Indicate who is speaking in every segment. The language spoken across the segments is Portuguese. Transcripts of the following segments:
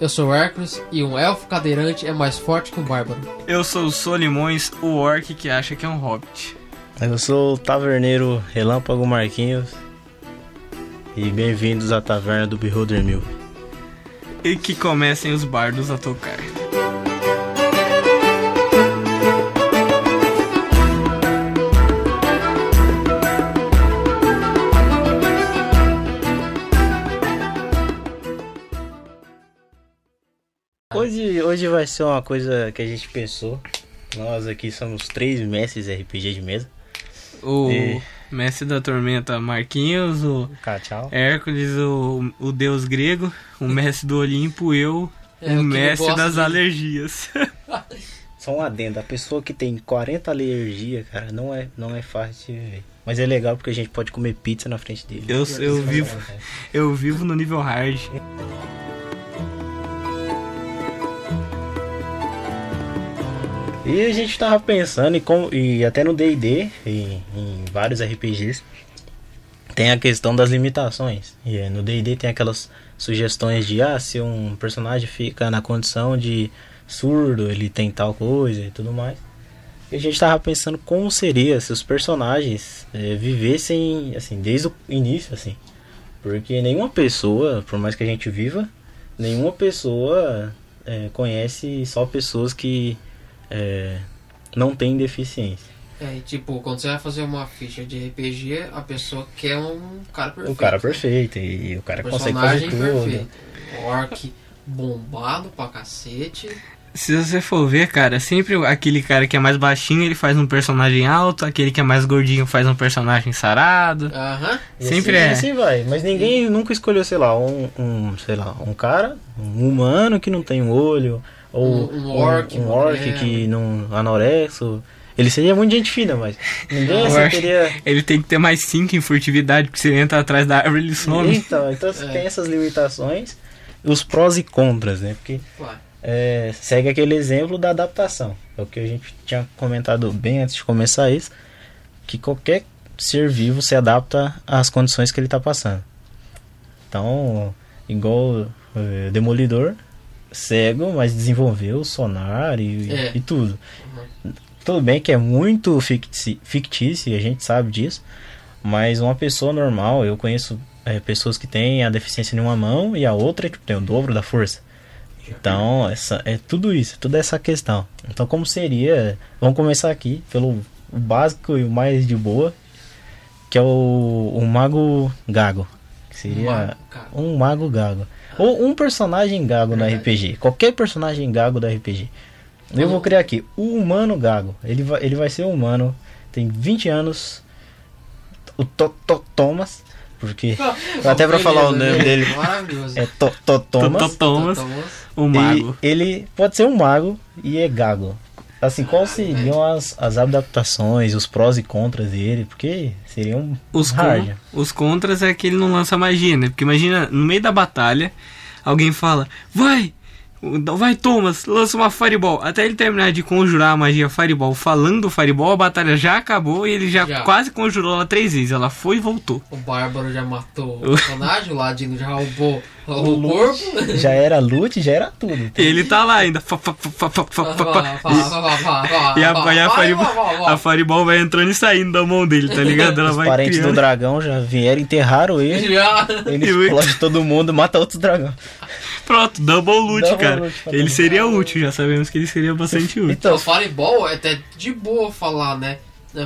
Speaker 1: Eu sou Hércules e um elfo cadeirante é mais forte que um bárbaro.
Speaker 2: Eu sou o Solimões, o orc que acha que é um hobbit.
Speaker 3: Eu sou o taverneiro Relâmpago Marquinhos e bem-vindos à taverna do Beholder Mil.
Speaker 2: E que comecem os bardos a tocar.
Speaker 3: Hoje, hoje vai ser uma coisa que a gente pensou. Nós aqui somos três mestres RPG de mesa.
Speaker 2: O
Speaker 3: E-
Speaker 2: mestre da tormenta Marquinhos, o
Speaker 3: Cara, tchau.
Speaker 2: Hércules, o, o deus grego, o mestre do Olimpo, eu,
Speaker 1: É,
Speaker 2: o
Speaker 1: o que
Speaker 2: mestre
Speaker 1: gosta
Speaker 2: das
Speaker 1: de-
Speaker 2: alergias.
Speaker 3: Só um adendo, a pessoa que tem 40 alergia, cara, não é, não é fácil de viver. Mas é legal porque a gente pode comer pizza na frente dele.
Speaker 2: Eu, eu, vivo, eu vivo no nível hard.
Speaker 3: E a gente tava pensando, e, com, e até no DD, e em vários RPGs, tem a questão das limitações. E é, no DD tem aquelas sugestões de: ah, se um personagem fica na condição de surdo, ele tem tal coisa e tudo mais. E a gente tava pensando como seria se os personagens eh, vivessem, assim, desde o início, assim. Porque nenhuma pessoa, por mais que a gente viva, nenhuma pessoa eh, conhece só pessoas que é, não tem deficiência.
Speaker 1: É, e tipo, quando você vai fazer uma ficha de RPG, a pessoa quer um cara perfeito.
Speaker 3: O cara é perfeito e o cara consegue fazer
Speaker 1: Personagem
Speaker 3: tudo.
Speaker 1: perfeito. Um Orc bombado pra cacete.
Speaker 2: Se você for ver, cara, sempre aquele cara que é mais baixinho, ele faz um personagem alto, aquele que é mais gordinho faz um personagem sarado.
Speaker 1: Aham.
Speaker 3: E
Speaker 2: Sempre
Speaker 3: assim,
Speaker 2: é.
Speaker 3: e assim vai, mas ninguém nunca escolheu, sei lá, um, um, sei lá, um cara, um humano que não tem um olho ou
Speaker 1: Um- um orc,
Speaker 3: um orc
Speaker 1: mulher.
Speaker 3: que não anorexo. Ele seria muito gente fina, mas ninguém assim
Speaker 2: Um Orc.
Speaker 3: teria
Speaker 2: Ele tem que ter mais 5 em furtividade, porque se ele entra atrás da árvore, ele some.
Speaker 3: Então, então
Speaker 1: É.
Speaker 3: tem essas limitações, os prós e contras, né? Porque
Speaker 1: Ué.
Speaker 3: é, segue aquele exemplo da adaptação. É o que a gente tinha comentado bem antes de começar isso, que qualquer ser vivo se adapta às condições que ele está passando. Então, igual é, Demolidor, cego, mas desenvolveu o sonar e,
Speaker 1: É.
Speaker 3: e tudo. Tudo bem que é muito ficti- fictício, e a gente sabe disso, mas uma pessoa normal, eu conheço é, pessoas que têm a deficiência em uma mão e a outra tipo, tem o dobro da força. Então, essa, é tudo isso, toda essa questão. Então, como seria? Vamos começar aqui pelo básico e o mais de boa, que é o, o Mago Gago. Que seria
Speaker 1: Mago, cara.
Speaker 3: um Mago Gago. Ou um personagem Gago no RPG. Qualquer personagem Gago do RPG. Eu vou criar aqui, o Humano Gago. Ele vai, ele vai ser humano, tem 20 anos. O To- To- Thomas, porque. Até
Speaker 1: Beleza,
Speaker 3: pra falar o nome
Speaker 1: né?
Speaker 3: dele.
Speaker 1: Maravilhoso.
Speaker 3: É To- To- Thomas.
Speaker 2: Tô Thomas,
Speaker 1: Thomas.
Speaker 2: o
Speaker 3: E
Speaker 2: mago.
Speaker 3: ele pode ser um mago e é gago. Assim, quais seriam as, as adaptações, os prós e contras dele? Porque seria um
Speaker 2: Os, con-
Speaker 3: hard.
Speaker 2: os contras é que ele não lança magia, né? Porque imagina, no meio da batalha, alguém fala, vai! o- Vai, Thomas, lança uma Fireball. Até ele terminar de conjurar a magia Fireball falando Fireball, a batalha já acabou e ele já,
Speaker 1: Já.
Speaker 2: quase conjurou ela três vezes. Ela foi e voltou.
Speaker 1: O Bárbaro já matou o personagem, o Ladino já roubou, roubou o corpo.
Speaker 3: Já era loot, já era tudo.
Speaker 2: Ele tá lá ainda. Fa, fa, fa, fa, fa, fa, fa, fa. E a, e a, Fireball, a Fireball vai entrando e saindo da mão dele, tá ligado? Ela
Speaker 3: Os
Speaker 2: vai
Speaker 3: parentes do
Speaker 2: criando.
Speaker 3: dragão já vieram, enterraram ele. Ele
Speaker 2: E o-
Speaker 3: explode todo mundo, mata outro dragão.
Speaker 2: Pronto, double loot,
Speaker 3: Double
Speaker 2: cara.
Speaker 3: loot, tá
Speaker 2: ele
Speaker 3: bom.
Speaker 2: seria útil, já sabemos que ele seria bastante útil.
Speaker 1: Então,
Speaker 3: Então,
Speaker 1: o Fireball é até de boa falar, né?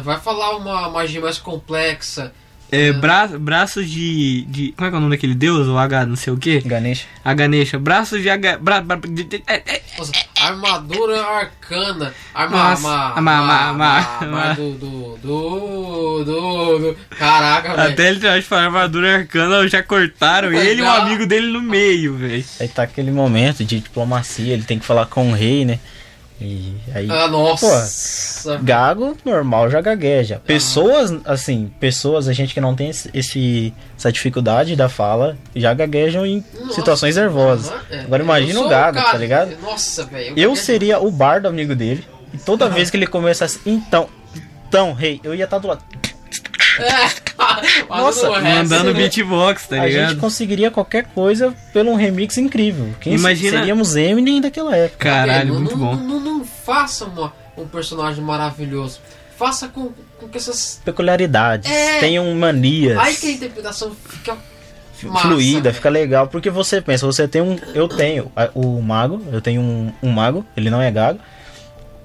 Speaker 1: Vai falar uma magia mais complexa.
Speaker 2: É, bra braços de, de. Como é que é o nome daquele deus? O H, não sei o que?
Speaker 3: Ganesh.
Speaker 2: A Ganesha. Braços de H. Bra, bra, de- de- é, é,
Speaker 1: Nossa, armadura arcana. Arma.
Speaker 2: Nossa,
Speaker 1: Arma.
Speaker 2: ama- ama- ama- ama-
Speaker 1: do, do, do, do, do. Caraca, velho.
Speaker 2: Até ele traz pra armadura arcana, já cortaram
Speaker 1: Mas
Speaker 2: ele e um
Speaker 1: não.
Speaker 2: amigo dele no meio, velho.
Speaker 3: Aí tá aquele momento de diplomacia, ele tem que falar com o rei, né? E aí.
Speaker 1: Ah, nossa. Ah.
Speaker 3: Gago normal já gagueja. Pessoas, assim, pessoas, a gente que não tem esse- esse, essa dificuldade da fala, já gaguejam em
Speaker 1: Nossa.
Speaker 3: situações nervosas.
Speaker 1: Aham, é.
Speaker 3: Agora
Speaker 1: Eu
Speaker 3: imagina
Speaker 1: sou
Speaker 3: o Gago,
Speaker 1: cara-
Speaker 3: tá ligado?
Speaker 1: Nossa, velho.
Speaker 3: Eu
Speaker 1: quero-
Speaker 3: seria o bar do amigo dele, e toda vez que ele começasse, então, então, rei, eu ia estar do lado.
Speaker 1: É,
Speaker 3: Nossa,
Speaker 2: Mandando beatbox, tá
Speaker 3: a
Speaker 2: ligado?
Speaker 3: gente conseguiria qualquer coisa pelo um remix incrível. Quem
Speaker 2: Imagina-
Speaker 3: Seríamos Eminem daquela época.
Speaker 2: Caralho,
Speaker 1: não,
Speaker 2: muito
Speaker 1: não,
Speaker 2: bom.
Speaker 1: Não, não faça uma- um personagem maravilhoso. Faça com, com que essas.
Speaker 3: Peculiaridades,
Speaker 1: É.
Speaker 3: tenham manias.
Speaker 1: Aí que a interpretação fica. massa,
Speaker 3: fluida,
Speaker 1: velho.
Speaker 3: fica legal, porque você pensa, você tem um, eu tenho a- o mago, eu tenho um, um mago, ele não é gago,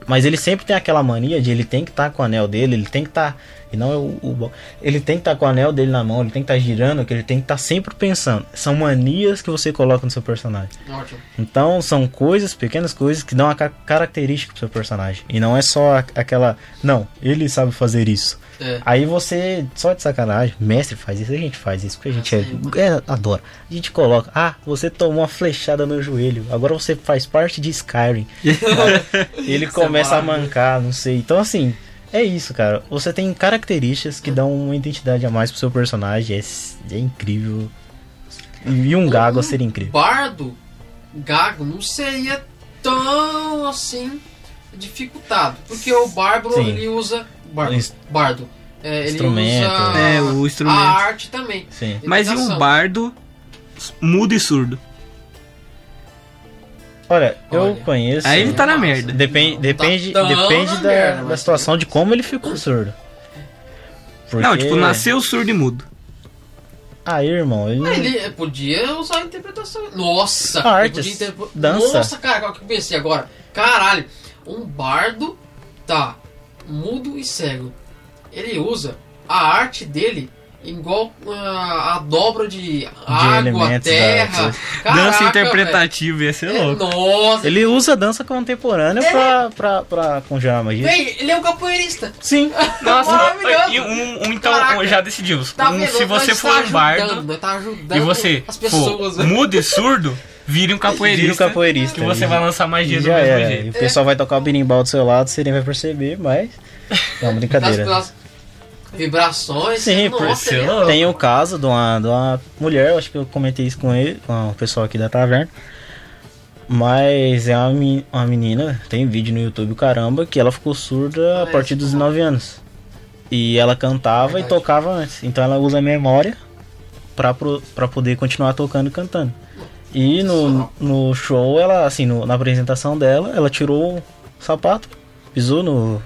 Speaker 3: mas ele sempre tem aquela mania de ele tem que estar com o anel dele, ele tem que estar, e não é o, o bo- ele tem que estar com o anel dele na mão, ele tem que estar girando, que ele tem que estar sempre pensando. São manias que você coloca no seu personagem.
Speaker 1: É Ótimo.
Speaker 3: Então são coisas, pequenas coisas que dão a ca- característica pro seu personagem. E não é só a- aquela, não, ele sabe fazer isso.
Speaker 1: É.
Speaker 3: Aí você, só de sacanagem, mestre faz isso, a gente faz isso, porque a gente é,
Speaker 1: Sim.
Speaker 3: é, adora. A gente coloca, ah, você tomou uma flechada no joelho, agora você faz parte de Skyrim. Ele
Speaker 1: Isso é
Speaker 3: começa a
Speaker 1: maravilhoso.
Speaker 3: mancar, não sei. Então assim, é isso, cara. Você tem características que dão uma identidade a mais pro seu personagem, é, s- é incrível. E um gago seria incrível.
Speaker 1: Bardo, gago, não seria tão assim dificultado. Porque o bárbaro
Speaker 3: Sim.
Speaker 1: ele usa. Bardo.
Speaker 3: Ins-
Speaker 1: bardo é, ele
Speaker 3: Instrumento.
Speaker 1: usa
Speaker 2: É, o
Speaker 1: a
Speaker 2: instrumento.
Speaker 1: arte também.
Speaker 3: Sim.
Speaker 2: Mas e um
Speaker 1: Imitação.
Speaker 2: bardo mudo e surdo?
Speaker 3: Olha, eu
Speaker 1: Olha.
Speaker 3: conheço.
Speaker 2: Aí ele tá na
Speaker 1: Nossa.
Speaker 2: merda.
Speaker 3: Depende,
Speaker 1: Não,
Speaker 3: depende,
Speaker 1: tá tão
Speaker 3: depende
Speaker 1: na
Speaker 3: da,
Speaker 1: merda,
Speaker 3: da
Speaker 1: mas-
Speaker 3: situação de como ele ficou surdo.
Speaker 2: Não,
Speaker 3: Porque-
Speaker 2: tipo, nasceu surdo e mudo.
Speaker 3: Aí, irmão, ele.
Speaker 2: Hum.
Speaker 1: Ah, Ele podia usar a interpretação. Nossa! ele
Speaker 3: Artes,
Speaker 1: podia interpre-
Speaker 3: dança.
Speaker 1: Nossa, cara, o que eu pensei agora? Caralho, um bardo tá mudo e cego. Ele usa a arte dele igual ah, a dobra de, água,
Speaker 3: elementos da-
Speaker 1: terra. Caraca,
Speaker 2: Dança interpretativa, ia ser
Speaker 1: velho. É,
Speaker 2: louco.
Speaker 1: nossa!
Speaker 3: Ele usa dança contemporânea
Speaker 1: É.
Speaker 3: pra, pra, pra conjurar a magia.
Speaker 1: Véi, ele é um capoeirista.
Speaker 3: Sim.
Speaker 2: Nossa,
Speaker 1: Maravilhoso.
Speaker 2: e um, um- então
Speaker 1: Caraca.
Speaker 2: já decidimos.
Speaker 1: Tá
Speaker 2: Um,
Speaker 1: vendo?
Speaker 2: se você
Speaker 1: Nós
Speaker 2: for
Speaker 1: tá
Speaker 2: um bardo
Speaker 1: ajudando, nós tá ajudando
Speaker 2: e você
Speaker 1: as pessoas. né?
Speaker 2: for mudo e surdo, vire um capoeirista.
Speaker 3: Vira um capoeirista.
Speaker 2: Que você
Speaker 3: e-
Speaker 2: vai lançar magia
Speaker 3: e
Speaker 2: do
Speaker 3: já
Speaker 2: mesmo
Speaker 3: era. E
Speaker 2: jeito.
Speaker 3: o pessoal vai tocar o berimbau do seu lado, você nem vai perceber, mas. É uma
Speaker 1: das,
Speaker 3: brincadeira.
Speaker 1: pelas vibrações.
Speaker 3: Sim, por
Speaker 1: nossa,
Speaker 2: ser
Speaker 1: ele é
Speaker 2: louco.
Speaker 3: Tem o caso de uma, de uma mulher, eu acho que eu comentei isso com ele, com o pessoal aqui da taverna. Mas é uma, me- uma menina, tem vídeo no YouTube, caramba, que ela ficou surda a
Speaker 1: Ah, é,
Speaker 3: partir dos
Speaker 1: sim.
Speaker 3: 9 anos. E ela cantava e
Speaker 1: Verdade.
Speaker 3: tocava antes. Então ela usa a memória pra, pro- pra poder continuar tocando e cantando. E no, no show, ela, assim, no- na apresentação dela, ela tirou o sapato, pisou no.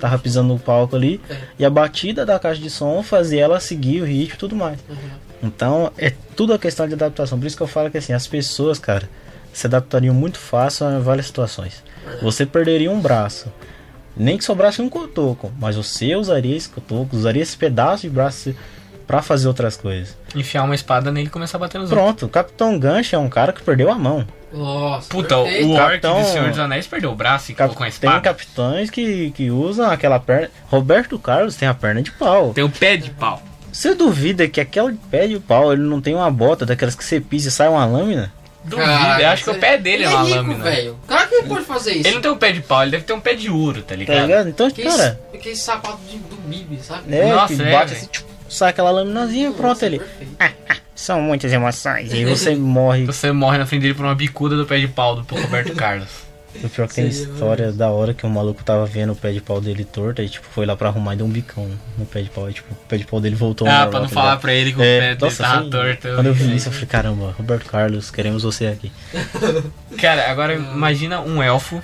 Speaker 3: Tava pisando no palco ali.
Speaker 1: É.
Speaker 3: E a batida da caixa de som fazia ela seguir o ritmo e tudo mais.
Speaker 1: Uhum.
Speaker 3: Então é tudo a questão de adaptação. Por isso que eu falo que assim, as pessoas, cara, se adaptariam muito fácil a várias situações.
Speaker 1: É.
Speaker 3: Você perderia um braço. Nem que sobrasse um cotoco, mas você usaria esse cotoco, usaria esse pedaço de braço pra fazer outras coisas.
Speaker 2: Enfiar uma espada nele e começar a bater nos outros.
Speaker 3: Pronto, o Capitão Gancho é um cara que perdeu a mão.
Speaker 1: Nossa,
Speaker 2: Puta,
Speaker 1: perfeito.
Speaker 2: o orc
Speaker 3: Capitão-
Speaker 2: do Senhor dos Anéis perdeu o braço e
Speaker 3: Cap-
Speaker 2: colocou a
Speaker 3: Tem
Speaker 2: espada.
Speaker 3: capitães que, que usam aquela perna. Roberto Carlos tem a perna de pau.
Speaker 2: Tem o pé de pau.
Speaker 3: Você duvida que aquele pé de pau ele não tem uma bota daquelas que você pisa e sai uma lâmina?
Speaker 2: Duvido,
Speaker 1: Cara,
Speaker 2: eu acho que o
Speaker 1: ele-
Speaker 2: pé dele é
Speaker 1: ele
Speaker 2: uma
Speaker 1: rico,
Speaker 2: lâmina.
Speaker 3: né?
Speaker 1: velho. O cara que pode fazer isso?
Speaker 2: Ele não tem um pé de pau, ele deve ter um pé de ouro, tá
Speaker 3: Tá
Speaker 2: ligado?
Speaker 3: ligado? Então,
Speaker 1: que
Speaker 3: cara.
Speaker 1: esse, que esse sapato de, do Bibi, sabe?
Speaker 3: né?
Speaker 2: Nossa,
Speaker 3: que
Speaker 2: é,
Speaker 3: bate
Speaker 2: velho.
Speaker 3: assim, tchum, sai aquela laminazinha, pronto ali.
Speaker 1: Perfeito.
Speaker 3: São muitas emoções. E aí você morre.
Speaker 2: Você morre na frente dele por uma bicuda do pé de pau do Roberto Carlos.
Speaker 3: O pior é que tem
Speaker 1: Sim, eu-
Speaker 3: história da hora que o maluco tava vendo o pé de pau dele torto, aí tipo, foi lá pra arrumar e deu um bicão no pé de pau. Aí, tipo, o pé de pau dele voltou ao
Speaker 2: ah,
Speaker 3: normal,
Speaker 2: pra não
Speaker 3: tá
Speaker 2: falar
Speaker 3: ligado?
Speaker 2: pra ele que o
Speaker 3: É,
Speaker 2: pé dele
Speaker 3: nossa,
Speaker 2: tava
Speaker 3: assim,
Speaker 2: torto.
Speaker 3: Quando eu vi isso, eu falei, caramba, Roberto Carlos, queremos você aqui.
Speaker 2: Cara, agora imagina um elfo.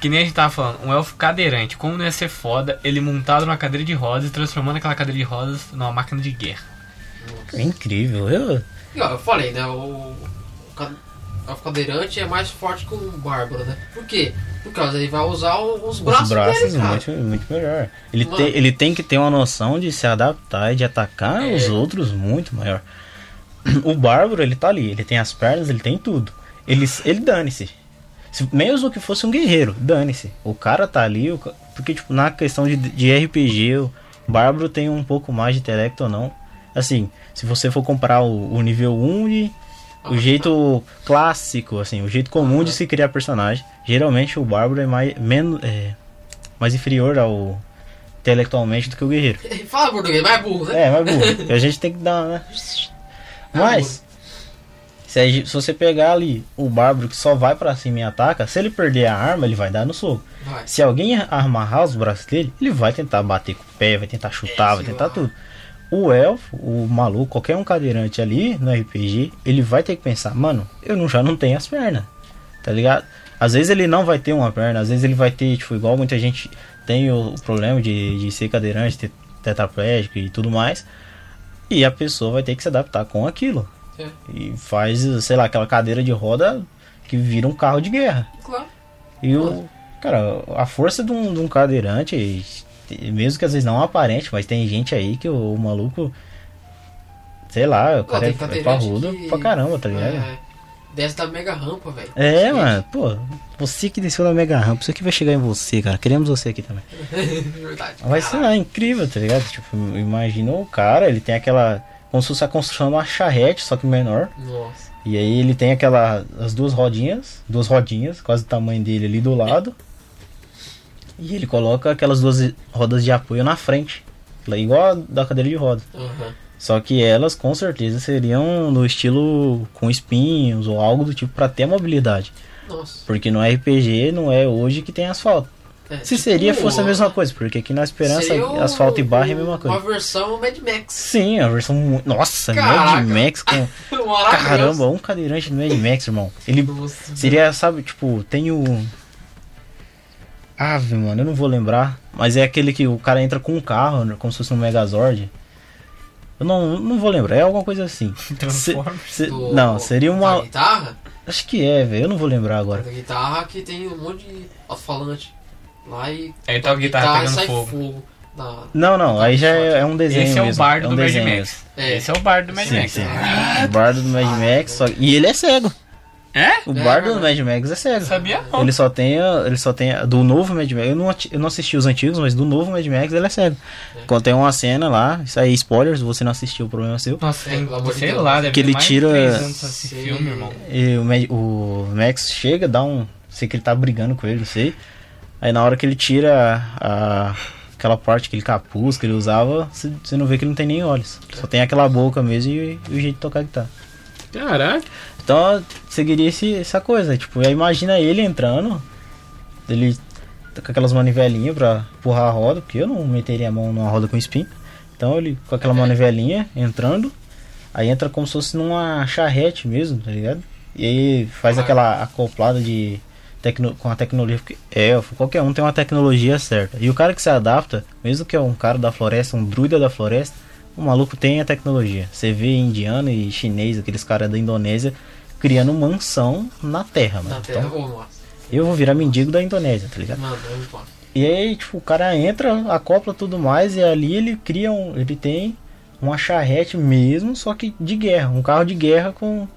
Speaker 2: Que nem a gente tava falando, um elfo cadeirante. Como não ia ser foda ele montado numa cadeira de rodas e transformando aquela cadeira de rodas numa máquina de guerra.
Speaker 3: É incrível, eu.
Speaker 1: E, ó, eu falei, né? O, o ca- o cadeirante é mais forte que o Bárbaro, né? Por quê? Por causa ele vai usar o- os braços,
Speaker 3: Os braços,
Speaker 1: dele, cara.
Speaker 3: muito, muito melhor. Ele
Speaker 1: Mano.
Speaker 3: tem, ele tem que ter uma noção de se adaptar e de atacar
Speaker 1: É.
Speaker 3: os outros muito maior. O Bárbaro, ele tá ali, ele tem as pernas, ele tem tudo. Ele, ele dane-se. Se- Mesmo que fosse um guerreiro, dane-se. O cara tá ali, o ca- porque, tipo, na questão de, de RPG, o Bárbaro tem um pouco mais de intelecto ou não. Assim, se você for comprar o, o nível 1 de. O jeito clássico, assim, o jeito comum de se criar personagem. Geralmente o Bárbaro é mais, menos, é, mais inferior ao intelectualmente do que o guerreiro.
Speaker 1: Ele fala português, mas é burro, né?
Speaker 3: É, mas burro. a gente tem que dar, né?
Speaker 1: É
Speaker 3: Mas, Se, a gente- se você pegar ali o bárbaro que só vai pra cima e ataca, se ele perder a arma, ele vai dar no soco.
Speaker 1: Vai.
Speaker 3: Se alguém amarrar os braços dele, ele vai tentar bater com o pé, vai tentar chutar,
Speaker 1: É,
Speaker 3: vai
Speaker 1: sei
Speaker 3: tentar
Speaker 1: lá.
Speaker 3: tudo. O elfo, o maluco, qualquer um cadeirante ali no RPG, ele vai ter que pensar, mano, eu não, já não tenho as pernas, tá ligado? Às vezes ele não vai ter uma perna, às vezes ele vai ter, tipo, igual muita gente tem o problema de, de ser cadeirante, ter tetraplégico e tudo mais. E a pessoa vai ter que se adaptar com aquilo.
Speaker 1: É.
Speaker 3: E faz, sei lá, aquela cadeira de roda que vira um carro de guerra.
Speaker 1: Claro.
Speaker 3: E
Speaker 1: Então-
Speaker 3: o. Cara, a força de um, de um cadeirante, e- mesmo que às vezes não aparente, mas tem gente aí que o, maluco. Sei lá, o cara
Speaker 1: tem
Speaker 3: é, é
Speaker 1: cadeirante
Speaker 3: parrudo
Speaker 1: que-
Speaker 3: pra caramba, tá ligado?
Speaker 1: É, desce da mega rampa, velho.
Speaker 3: É, mano, pô, você que desceu da Mega Rampa, isso aqui vai chegar em você, cara. Queremos você aqui também.
Speaker 1: Verdade.
Speaker 3: Vai ser lá, incrível, tá ligado? Tipo, imagina o cara, ele tem aquela. Como se fosse a construção de uma charrete, só que menor.
Speaker 1: Nossa.
Speaker 3: E aí ele tem aquela. as duas rodinhas, duas rodinhas, quase do tamanho dele ali do lado. E ele coloca aquelas duas rodas de apoio na frente. Igual a da cadeira de roda.
Speaker 1: Aham.
Speaker 3: Só que elas com certeza seriam do estilo com espinhos ou algo do tipo pra ter mobilidade.
Speaker 1: Nossa.
Speaker 3: Porque no RPG não é hoje que tem asfalto.
Speaker 1: É,
Speaker 3: Se
Speaker 1: tipo,
Speaker 3: seria fosse a mesma coisa, porque aqui na Esperança
Speaker 1: seria o-
Speaker 3: asfalto e barra é a mesma
Speaker 1: Uma
Speaker 3: coisa.
Speaker 1: versão Mad Max.
Speaker 3: Sim, a versão. mu- Nossa,
Speaker 1: Caraca.
Speaker 3: Mad Max com.
Speaker 1: Maravilhoso.
Speaker 3: Caramba, um cadeirante do Mad Max, irmão. Ele
Speaker 1: Nossa.
Speaker 3: Seria, sabe, tipo, tem o. Ave, mano, eu não vou lembrar. Mas é aquele que o cara entra com um carro, né, como se fosse um Megazord. Eu não, não vou lembrar, é alguma coisa assim.
Speaker 2: Transformers.
Speaker 3: Se-
Speaker 1: Do-
Speaker 3: não, seria
Speaker 1: Da
Speaker 3: uma.
Speaker 1: guitarra?
Speaker 3: Acho que é, velho, eu não vou lembrar agora.
Speaker 1: Da guitarra que tem um monte de alto-falante lá e
Speaker 2: Aí tá a
Speaker 1: tá,
Speaker 2: guitarra
Speaker 1: e
Speaker 2: pegando
Speaker 1: sai
Speaker 2: fogo.
Speaker 1: fogo. na-
Speaker 3: Não, não, aí já é, é um desenho.
Speaker 2: Esse é o
Speaker 3: mesmo,
Speaker 2: bardo
Speaker 3: um
Speaker 2: do Mad
Speaker 3: desenho
Speaker 2: Max.
Speaker 1: É.
Speaker 2: Esse é o bardo do Mad
Speaker 3: mesmo. Sim,
Speaker 2: Max.
Speaker 3: sim. O bardo do Mad Max. Só... E ele é cego.
Speaker 2: É?
Speaker 3: O
Speaker 1: É,
Speaker 3: bardo do Mad
Speaker 1: verdade.
Speaker 3: Max é cego.
Speaker 2: Sabia não.
Speaker 3: Ele só tem. a- Ele só tem. a- Do novo Mad Max. Eu não, ati- eu não assisti os antigos, mas do novo Mad Max ele é cego. Quando tem uma cena lá, isso aí, spoilers, se você não assistiu, o problema é seu.
Speaker 2: Nossa,
Speaker 1: É, pelo amor de
Speaker 2: sei
Speaker 1: Deus.
Speaker 2: lá, deve ter
Speaker 3: Que ele
Speaker 2: mais
Speaker 3: tira-
Speaker 2: de três anos esse
Speaker 1: Sei.
Speaker 2: filme, irmão.
Speaker 3: E o, Mad- o Max chega, dá um. Sei que ele tá brigando com ele, não sei. Aí na hora que ele tira a- aquela parte, aquele capuz que ele usava, você você não vê que ele não tem nem olhos. Só tem aquela boca mesmo e, e o jeito de tocar guitarra.
Speaker 2: Caraca.
Speaker 3: Então seguiria esse, essa coisa, tipo, aí imagina ele entrando, ele tá com aquelas manivelinhas pra empurrar a roda, porque eu não meteria a mão numa roda com espinho. Então ele com
Speaker 1: É.
Speaker 3: aquela manivelinha entrando, aí entra como se fosse numa charrete mesmo, tá ligado? E aí faz
Speaker 1: Ah.
Speaker 3: aquela acoplada de tecno, com a tecnologia, porque é, qualquer um tem uma tecnologia certa. E o cara que se adapta, mesmo que é um cara da floresta, um druida da floresta, o maluco tem a tecnologia. Você vê indiano e chinês, aqueles caras da Indonésia, criando mansão na terra, mano.
Speaker 1: Na terra.
Speaker 3: Então,
Speaker 1: Ô, nossa.
Speaker 3: eu vou virar mendigo da Indonésia, tá ligado?
Speaker 1: Mano, é muito bom.
Speaker 3: E aí, tipo, o cara entra, acopla tudo mais, e ali ele cria um. Ele tem uma charrete mesmo, só que de guerra. Um carro de guerra com.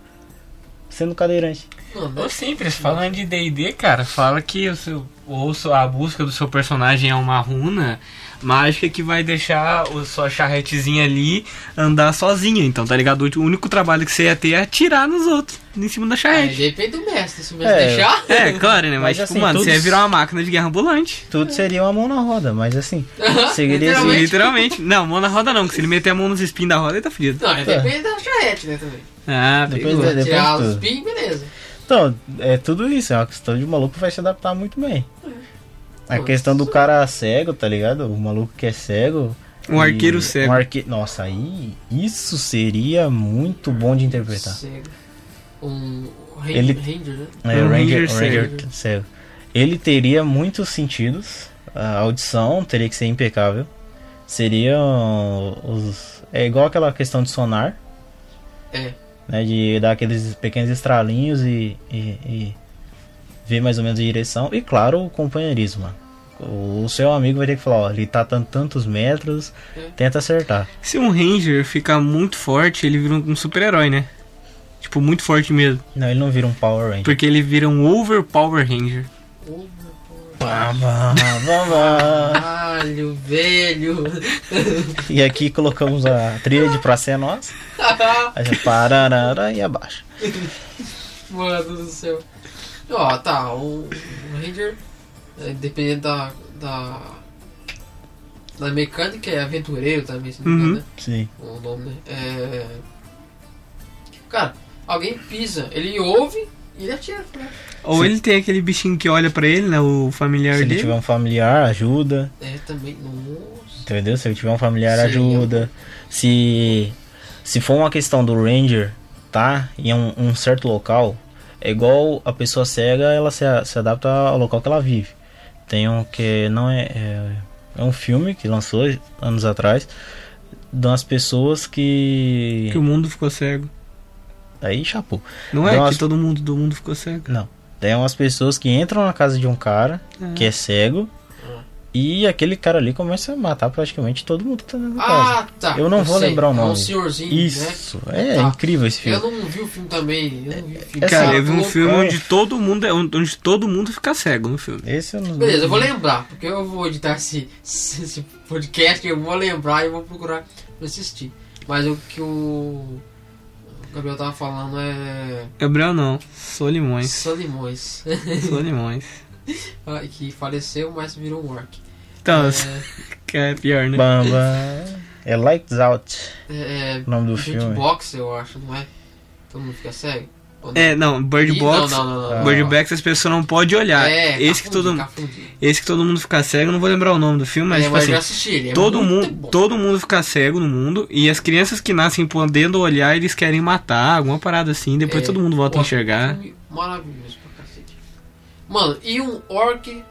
Speaker 3: sendo cadeirante.
Speaker 1: Mano,
Speaker 2: Ô, simples, falando de D&D, cara, fala que o seu, ou sua- a busca do seu personagem é uma runa mágica que vai deixar o sua charretezinha ali andar sozinha. Então, tá ligado? O único trabalho que você ia ter é atirar nos outros, em cima da
Speaker 1: aí
Speaker 2: charrete.
Speaker 1: é depende do mestre, se o mestre
Speaker 3: É.
Speaker 1: deixar.
Speaker 2: É, claro, né? Mas,
Speaker 3: Mas
Speaker 2: tipo,
Speaker 3: assim,
Speaker 2: mano, você ia
Speaker 3: todos-
Speaker 2: virar uma máquina de guerra ambulante.
Speaker 3: Tudo seria uma mão na roda, mas assim. seguiria esse-
Speaker 1: Literalmente.
Speaker 2: É. Literalmente. Não, mão na roda não, que se ele meter a mão nos espinhos da roda, ele tá fudido.
Speaker 1: Não, é depende da charrete, né, também.
Speaker 2: Ah,
Speaker 3: Depois
Speaker 2: pegou.
Speaker 3: É, depende
Speaker 1: Tirar
Speaker 3: de
Speaker 1: os
Speaker 3: tudo.
Speaker 1: pin, beleza.
Speaker 3: Então, é tudo isso, é uma questão de o maluco vai se adaptar muito bem. A
Speaker 1: Pô,
Speaker 3: questão do cara cego, tá ligado? O maluco que é cego.
Speaker 2: Um
Speaker 3: e-
Speaker 2: arqueiro cego.
Speaker 3: um arque- Nossa, aí isso seria muito bom de interpretar.
Speaker 1: Cego. Um ran-
Speaker 3: Ele-
Speaker 1: ranger, né?
Speaker 3: É,
Speaker 2: Um
Speaker 3: o Ranger,
Speaker 2: Ranger
Speaker 3: o Ranger cego. Ele teria muitos sentidos. A audição teria que ser impecável. Seriam os. É igual aquela questão de sonar.
Speaker 1: É.
Speaker 3: Né, de dar aqueles pequenos estralinhos e, e, e ver mais ou menos a direção. E claro, o companheirismo. mano. O seu amigo vai ter que falar, ó, ele tá tan- tantos metros,
Speaker 1: É.
Speaker 3: tenta acertar.
Speaker 2: Se um ranger ficar muito forte, ele vira um super-herói, né? Tipo, muito forte mesmo.
Speaker 3: Não, ele não vira um Power Ranger.
Speaker 2: Porque ele vira um overpower ranger.
Speaker 3: Pá, pá, pá, pá.
Speaker 1: Caralho, velho.
Speaker 3: E aqui colocamos a trilha de Pra Ser Nossa.
Speaker 1: Ah,
Speaker 3: Aí já pararara e abaixa.
Speaker 1: Mano do céu. Ó, tá, um, um Ranger, é, dependendo da, da. da mecânica, é
Speaker 3: Uhum.
Speaker 1: né? aventureiro também, se não me engano,
Speaker 2: Uhum.
Speaker 1: né?
Speaker 3: Sim.
Speaker 1: O nome, né? É. Cara, alguém pisa, ele ouve e ele atira. né?
Speaker 2: Ou ele tem aquele bichinho que olha pra ele, né? O familiar
Speaker 3: Se ele
Speaker 2: dele.
Speaker 3: tiver um familiar, ajuda.
Speaker 1: É, também. Nossa.
Speaker 3: Entendeu? Se ele tiver um familiar,
Speaker 1: Sim.
Speaker 3: ajuda. Se se for uma questão do ranger, tá? Em um, um certo local, é igual a pessoa cega, ela se, a- se adapta ao local que ela vive. Tem um que não é, é é um filme que lançou anos atrás de umas pessoas que
Speaker 2: Que o mundo ficou cego.
Speaker 3: aí chapou.
Speaker 2: Não é
Speaker 3: Nossa.
Speaker 2: que todo mundo do mundo ficou cego.
Speaker 3: Não. Tem umas pessoas que entram na casa de um cara
Speaker 2: Ah.
Speaker 3: que é cego e aquele cara ali começa a matar praticamente todo mundo que tá dentro da casa.
Speaker 1: Ah, tá.
Speaker 3: Eu não vou
Speaker 1: sei.
Speaker 3: lembrar o
Speaker 1: É
Speaker 3: nome.
Speaker 1: um senhorzinho, né?
Speaker 3: Isso, é,
Speaker 1: Tá.
Speaker 3: incrível esse filme.
Speaker 1: Eu não vi o filme também. Eu não vi o filme.
Speaker 3: É
Speaker 2: Cara,
Speaker 3: só
Speaker 2: eu vi um
Speaker 1: louco.
Speaker 2: filme
Speaker 3: loucão.
Speaker 2: onde todo mundo é, onde todo mundo fica cego no filme.
Speaker 3: Esse eu não
Speaker 1: Beleza, eu
Speaker 2: Uhum.
Speaker 1: vou lembrar, porque eu vou editar esse, esse podcast, eu vou lembrar e vou procurar pra assistir. Mas o que o Gabriel tava falando é.
Speaker 2: Gabriel não, Solimões.
Speaker 1: Solimões.
Speaker 2: Solimões.
Speaker 1: que faleceu, mas virou um orc.
Speaker 2: Então,
Speaker 1: É,
Speaker 2: que é pior, né?
Speaker 3: Bamba. É Lights Out
Speaker 1: é, é,
Speaker 3: o nome do filme.
Speaker 1: Jukebox, eu acho, não é? Todo mundo fica cego? Ou não?
Speaker 2: É, não, Bird
Speaker 1: Ih,
Speaker 2: Box.
Speaker 1: Não, não, não. não, não.
Speaker 2: Bird Box as pessoas não podem olhar.
Speaker 1: É,
Speaker 2: esse, que
Speaker 1: confundi,
Speaker 2: todo,
Speaker 1: confundi.
Speaker 2: esse que todo mundo fica cego, eu não vou lembrar o nome do filme, mas
Speaker 1: É,
Speaker 2: tipo
Speaker 1: mas eu já
Speaker 2: assim,
Speaker 1: assisti ele. é
Speaker 2: todo,
Speaker 1: muito
Speaker 2: mundo,
Speaker 1: bom.
Speaker 2: todo mundo fica cego no mundo e as crianças que nascem podendo olhar, eles querem matar, alguma parada assim, depois
Speaker 1: É,
Speaker 2: todo mundo volta a
Speaker 1: orc,
Speaker 2: enxergar.
Speaker 1: filme Maravilhoso pra cacete. Mano, e um orc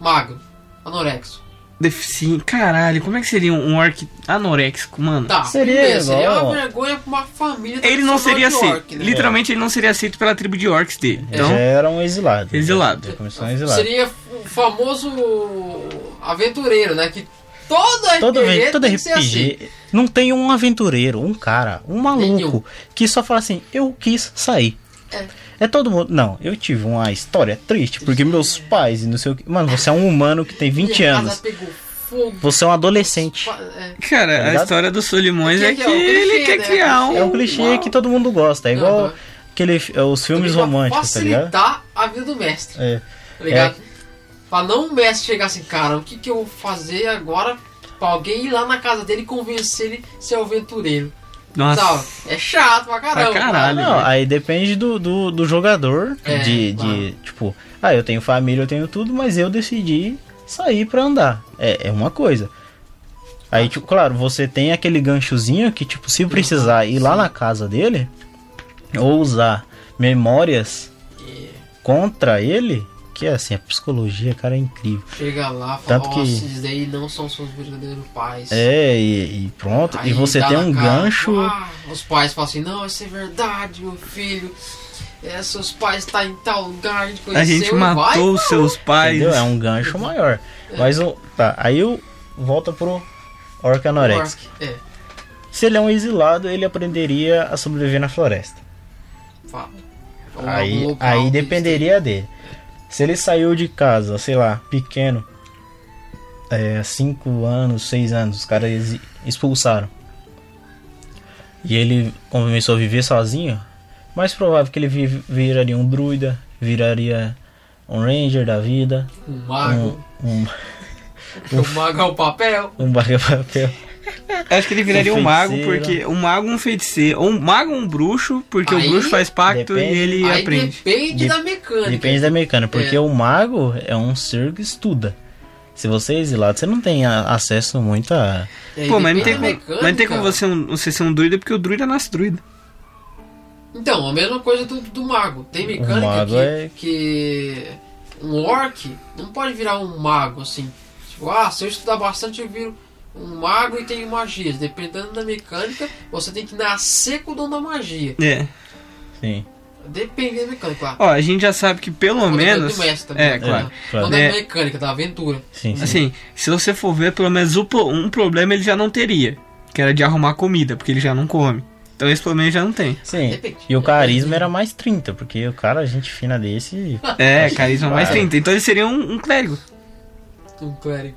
Speaker 1: magro, anorexo.
Speaker 2: Defici... Caralho, como é que seria um orc anoréxico, mano?
Speaker 1: Tá,
Speaker 3: Seria
Speaker 1: beleza, seria
Speaker 3: igual-
Speaker 1: uma vergonha pra uma família.
Speaker 2: Ele não seria
Speaker 1: tradicional de
Speaker 2: aceito.
Speaker 1: orc, né?
Speaker 2: Literalmente, ele não seria aceito pela tribo de orcs dele.
Speaker 3: Ele
Speaker 2: Então,
Speaker 3: já era um exilado.
Speaker 2: Exilado.
Speaker 3: Já começou um exilado.
Speaker 1: Seria o famoso aventureiro, né? Que todo RPG
Speaker 3: Todo,
Speaker 1: tem
Speaker 3: todo
Speaker 1: que ser assim.
Speaker 3: RPG. Não tem um aventureiro, um cara, um maluco
Speaker 1: Nenhum.
Speaker 3: que só fala assim: eu quis sair.
Speaker 1: É.
Speaker 3: É todo mundo. Não, eu tive uma história triste porque meus pais e não sei o que. Mano, você é um humano que tem 20
Speaker 1: Minha casa
Speaker 3: anos.
Speaker 1: pegou fogo.
Speaker 3: Você é um adolescente.
Speaker 1: Pa- é.
Speaker 2: cara, a
Speaker 3: ligado?
Speaker 2: história do Solimões
Speaker 1: Que-
Speaker 2: é
Speaker 1: que
Speaker 2: que
Speaker 1: é o clichê,
Speaker 2: ele quer
Speaker 1: né?
Speaker 2: criar um.
Speaker 3: É um clichê
Speaker 1: Uau.
Speaker 3: que todo mundo gosta. É igual
Speaker 1: Aham.
Speaker 3: aquele, os
Speaker 1: Também
Speaker 3: filmes
Speaker 1: pra
Speaker 3: românticos, tá ligado?
Speaker 1: Facilitar a vida do mestre,
Speaker 3: É.
Speaker 1: tá ligado? Pra não o mestre chegar assim, cara, o que, que eu vou fazer agora pra alguém ir lá na casa dele e convencer ele a ser aventureiro?
Speaker 2: Nossa.
Speaker 1: Sabe? É chato pra caramba.
Speaker 2: Pra caralho.
Speaker 1: cara.
Speaker 3: Não,
Speaker 2: né?
Speaker 3: aí depende do, do, do jogador.
Speaker 1: É,
Speaker 3: de, de,
Speaker 1: claro.
Speaker 3: tipo, ah, eu tenho família, eu tenho tudo, mas eu decidi sair pra andar. É, é uma coisa. Aí, tipo, claro, você tem aquele ganchozinho que, tipo, se precisar ir lá na casa dele ou usar memórias
Speaker 1: É.
Speaker 3: contra ele, que é assim, a psicologia, cara, é incrível.
Speaker 1: Chega lá, fala,
Speaker 3: Tanto
Speaker 1: ó,
Speaker 3: que-
Speaker 1: esses daí não são seus verdadeiros pais.
Speaker 3: É, e, e pronto.
Speaker 1: Aí
Speaker 3: e você
Speaker 1: dá
Speaker 3: tem
Speaker 1: na
Speaker 3: um
Speaker 1: cara,
Speaker 3: gancho.
Speaker 1: "Ah", os pais falam assim, não, isso é verdade, meu filho. É, seus pais tá em tal lugar, a gente conheceu
Speaker 2: A gente
Speaker 1: e vai.
Speaker 2: matou os seus pais.
Speaker 3: Entendeu? É um gancho maior. Mas o. Tá, aí eu volta pro Orca Anorex.
Speaker 1: Orc, É,
Speaker 3: Se ele é um exilado, ele aprenderia a sobreviver na floresta.
Speaker 1: fala. É Ou algum
Speaker 3: Aí,
Speaker 1: local
Speaker 3: aí
Speaker 1: que
Speaker 3: dependeria dele. Se ele saiu de casa, sei lá, pequeno, 5 anos, 6 anos, os caras exi- expulsaram. E ele começou a viver sozinho, mais provável que ele vi- viraria um druida, viraria um ranger da vida,
Speaker 1: Um mago.
Speaker 3: um,
Speaker 1: Porque o mago é o papel.
Speaker 3: um barra-papel.
Speaker 2: Acho que ele viraria um,
Speaker 3: Um
Speaker 2: mago,
Speaker 3: feiticeiro.
Speaker 2: porque. Um mago, um feiticeiro. Ou um mago, um bruxo, porque
Speaker 1: Aí-
Speaker 2: o bruxo faz pacto
Speaker 3: Depende.
Speaker 2: e ele
Speaker 1: aí
Speaker 2: aprende.
Speaker 1: depende
Speaker 3: Dep-
Speaker 1: da mecânica.
Speaker 3: Depende da mecânica, porque
Speaker 1: É.
Speaker 3: o mago é um ser que estuda. Se você é exilado, você não tem a- acesso muito a.
Speaker 1: Aí
Speaker 2: Pô, mas
Speaker 1: depende
Speaker 2: não, tem
Speaker 1: da
Speaker 2: como,
Speaker 1: mecânica.
Speaker 2: mas não tem como você, um, você ser um druida, porque o druida nasce druida.
Speaker 1: Então, a mesma coisa do, do mago. Tem mecânica
Speaker 3: mago
Speaker 1: que,
Speaker 3: é-
Speaker 1: que um orc não pode virar um mago assim. Tipo, ah, se eu estudar bastante eu viro um mago e tenho magias. Dependendo da mecânica, você tem que nascer com o dom da magia.
Speaker 2: É.
Speaker 3: Sim.
Speaker 1: Depende da mecânica, claro.
Speaker 2: Ó, a gente já sabe que pelo
Speaker 1: Quando
Speaker 2: menos.
Speaker 1: do mestre também,
Speaker 2: É,
Speaker 1: né?
Speaker 2: claro.
Speaker 3: claro.
Speaker 1: Quando é
Speaker 2: É.
Speaker 1: mecânica, da aventura.
Speaker 3: Sim, sim.
Speaker 2: Assim, se você for ver, pelo menos o pro- um problema ele já não teria. Que era de arrumar comida, porque ele já não come. Então esse problema ele já não tem.
Speaker 3: Sim.
Speaker 1: depende.
Speaker 3: E o carisma era mais 30, porque o cara, gente fina desse.
Speaker 2: É, carisma mais
Speaker 3: Claro.
Speaker 2: 30. Então ele seria um, um clérigo.
Speaker 1: Um clérigo.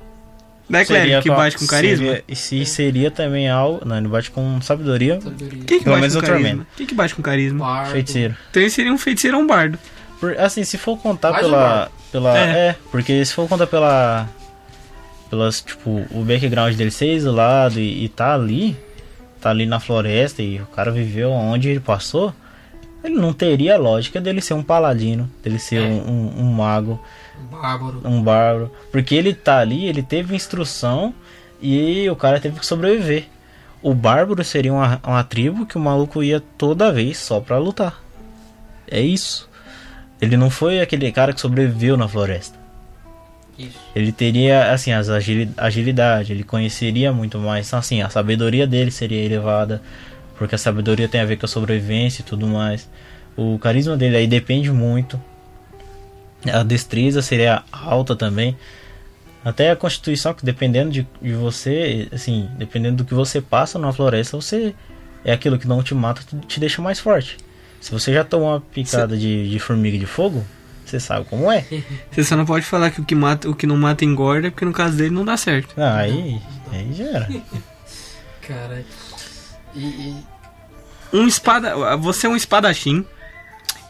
Speaker 2: Não é clérigo que
Speaker 3: com-
Speaker 2: bate com carisma?
Speaker 3: Seria, e se seria também algo. Não, ele bate com sabedoria,
Speaker 1: sabedoria.
Speaker 2: Quem que
Speaker 3: Pelo
Speaker 2: bate
Speaker 3: menos
Speaker 2: com
Speaker 3: eu
Speaker 2: carisma?
Speaker 3: tormento.
Speaker 2: Quem que bate com carisma?
Speaker 1: Bardo.
Speaker 3: feiticeiro.
Speaker 2: Então ele seria um feiticeiro ou um bardo.
Speaker 3: Por- assim, se for contar
Speaker 1: Mais
Speaker 3: pela. pela
Speaker 2: É.
Speaker 3: é. porque se for contar pela. Pelas, tipo, o background dele ser isolado e, e tá ali. Tá ali na floresta e o cara viveu onde ele passou. Ele não teria lógica dele ser um paladino, dele ser
Speaker 1: É.
Speaker 3: um, um- um mago,
Speaker 1: Um bárbaro.
Speaker 3: um bárbaro. Porque ele tá ali, ele teve instrução e o cara teve que sobreviver. O bárbaro seria uma, uma tribo que o maluco ia toda vez só pra lutar. É isso. Ele não foi aquele cara que sobreviveu na floresta.
Speaker 1: Isso.
Speaker 3: Ele teria, assim, as agili- agilidade, ele conheceria muito mais. Então, assim, a sabedoria dele seria elevada, porque a sabedoria tem a ver com a sobrevivência e tudo mais. O carisma dele aí depende muito. A destreza seria alta também. Até a constituição, que dependendo de, de você, assim, dependendo do que você passa na floresta, você é aquilo que não te mata, te- te deixa mais forte. Se você já tomou uma picada de, de formiga de fogo, você sabe como é.
Speaker 2: Você só não pode falar que o que, mata, o que não mata engorda, porque no caso dele não dá certo.
Speaker 3: Não, aí, aí já era.
Speaker 1: Cara. E, e-
Speaker 2: Um espada. Você é um espadachim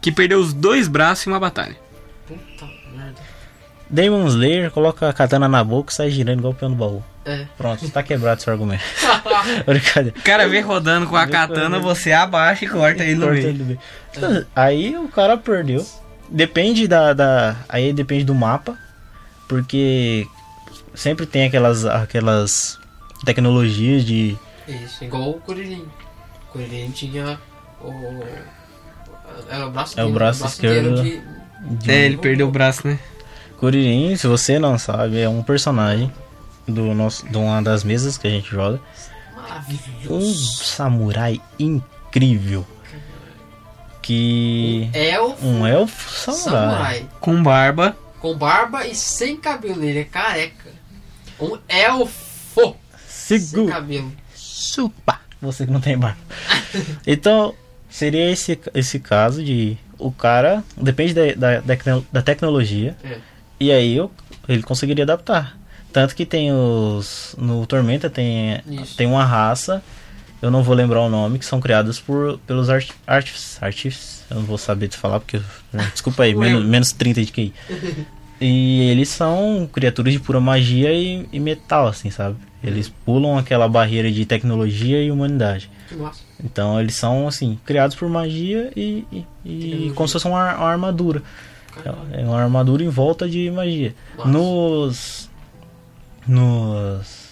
Speaker 2: que perdeu os dois braços em uma batalha.
Speaker 1: Puta merda.
Speaker 3: Demon Slayer, coloca a katana na boca e sai girando igual o peão do baú.
Speaker 1: É.
Speaker 3: Pronto, tá quebrado seu argumento. Brincadeira.
Speaker 2: O cara vem rodando com a katana, você abaixa e corta ele no
Speaker 3: Corta
Speaker 2: meio.
Speaker 3: ele do meio. Então, Aí o cara perdeu. Depende da, da. Aí depende do mapa. Porque sempre tem aquelas. aquelas tecnologias de.
Speaker 1: Isso. Igual o Kuririn. O Kuririn tinha o. É o braço,
Speaker 3: É o
Speaker 1: dele,
Speaker 3: braço esquerdo.
Speaker 1: inteiro de-
Speaker 3: de
Speaker 2: É, ele perdeu o braço, né?
Speaker 3: Kuririn, se você não sabe, é um personagem do nosso, de uma das mesas que a gente joga. Um
Speaker 1: Maravilhoso.
Speaker 3: samurai incrível. Que.
Speaker 2: É
Speaker 1: Elfo
Speaker 3: Um elfo samurai.
Speaker 1: samurai.
Speaker 2: Com barba.
Speaker 1: Com barba e sem cabelo. Ele é careca. Um elfo sem
Speaker 3: Sigo.
Speaker 1: cabelo.
Speaker 3: Supa. Você que não tem barba. então, seria esse, esse caso de. O cara. Depende da, da, da tecno- da tecnologia.
Speaker 1: É.
Speaker 3: E aí eu, ele conseguiria adaptar. Tanto que tem os. No Tormenta tem,
Speaker 1: Isso.
Speaker 3: tem uma raça. Eu não vou lembrar o nome, que são criados por, pelos art, artifs, artifs. Eu não vou saber te falar, porque. eu- né, Desculpa aí, menos, menos 30 de QI. E eles são criaturas de pura magia e, e metal, assim, sabe? Eles pulam aquela barreira de tecnologia e humanidade.
Speaker 1: Que massa.
Speaker 3: Então eles são, assim, criados por magia e, e- e como se fosse uma, ar- uma armadura.
Speaker 1: Caralho.
Speaker 3: É uma armadura em volta de magia.
Speaker 1: Massa.
Speaker 3: Nos. Nos.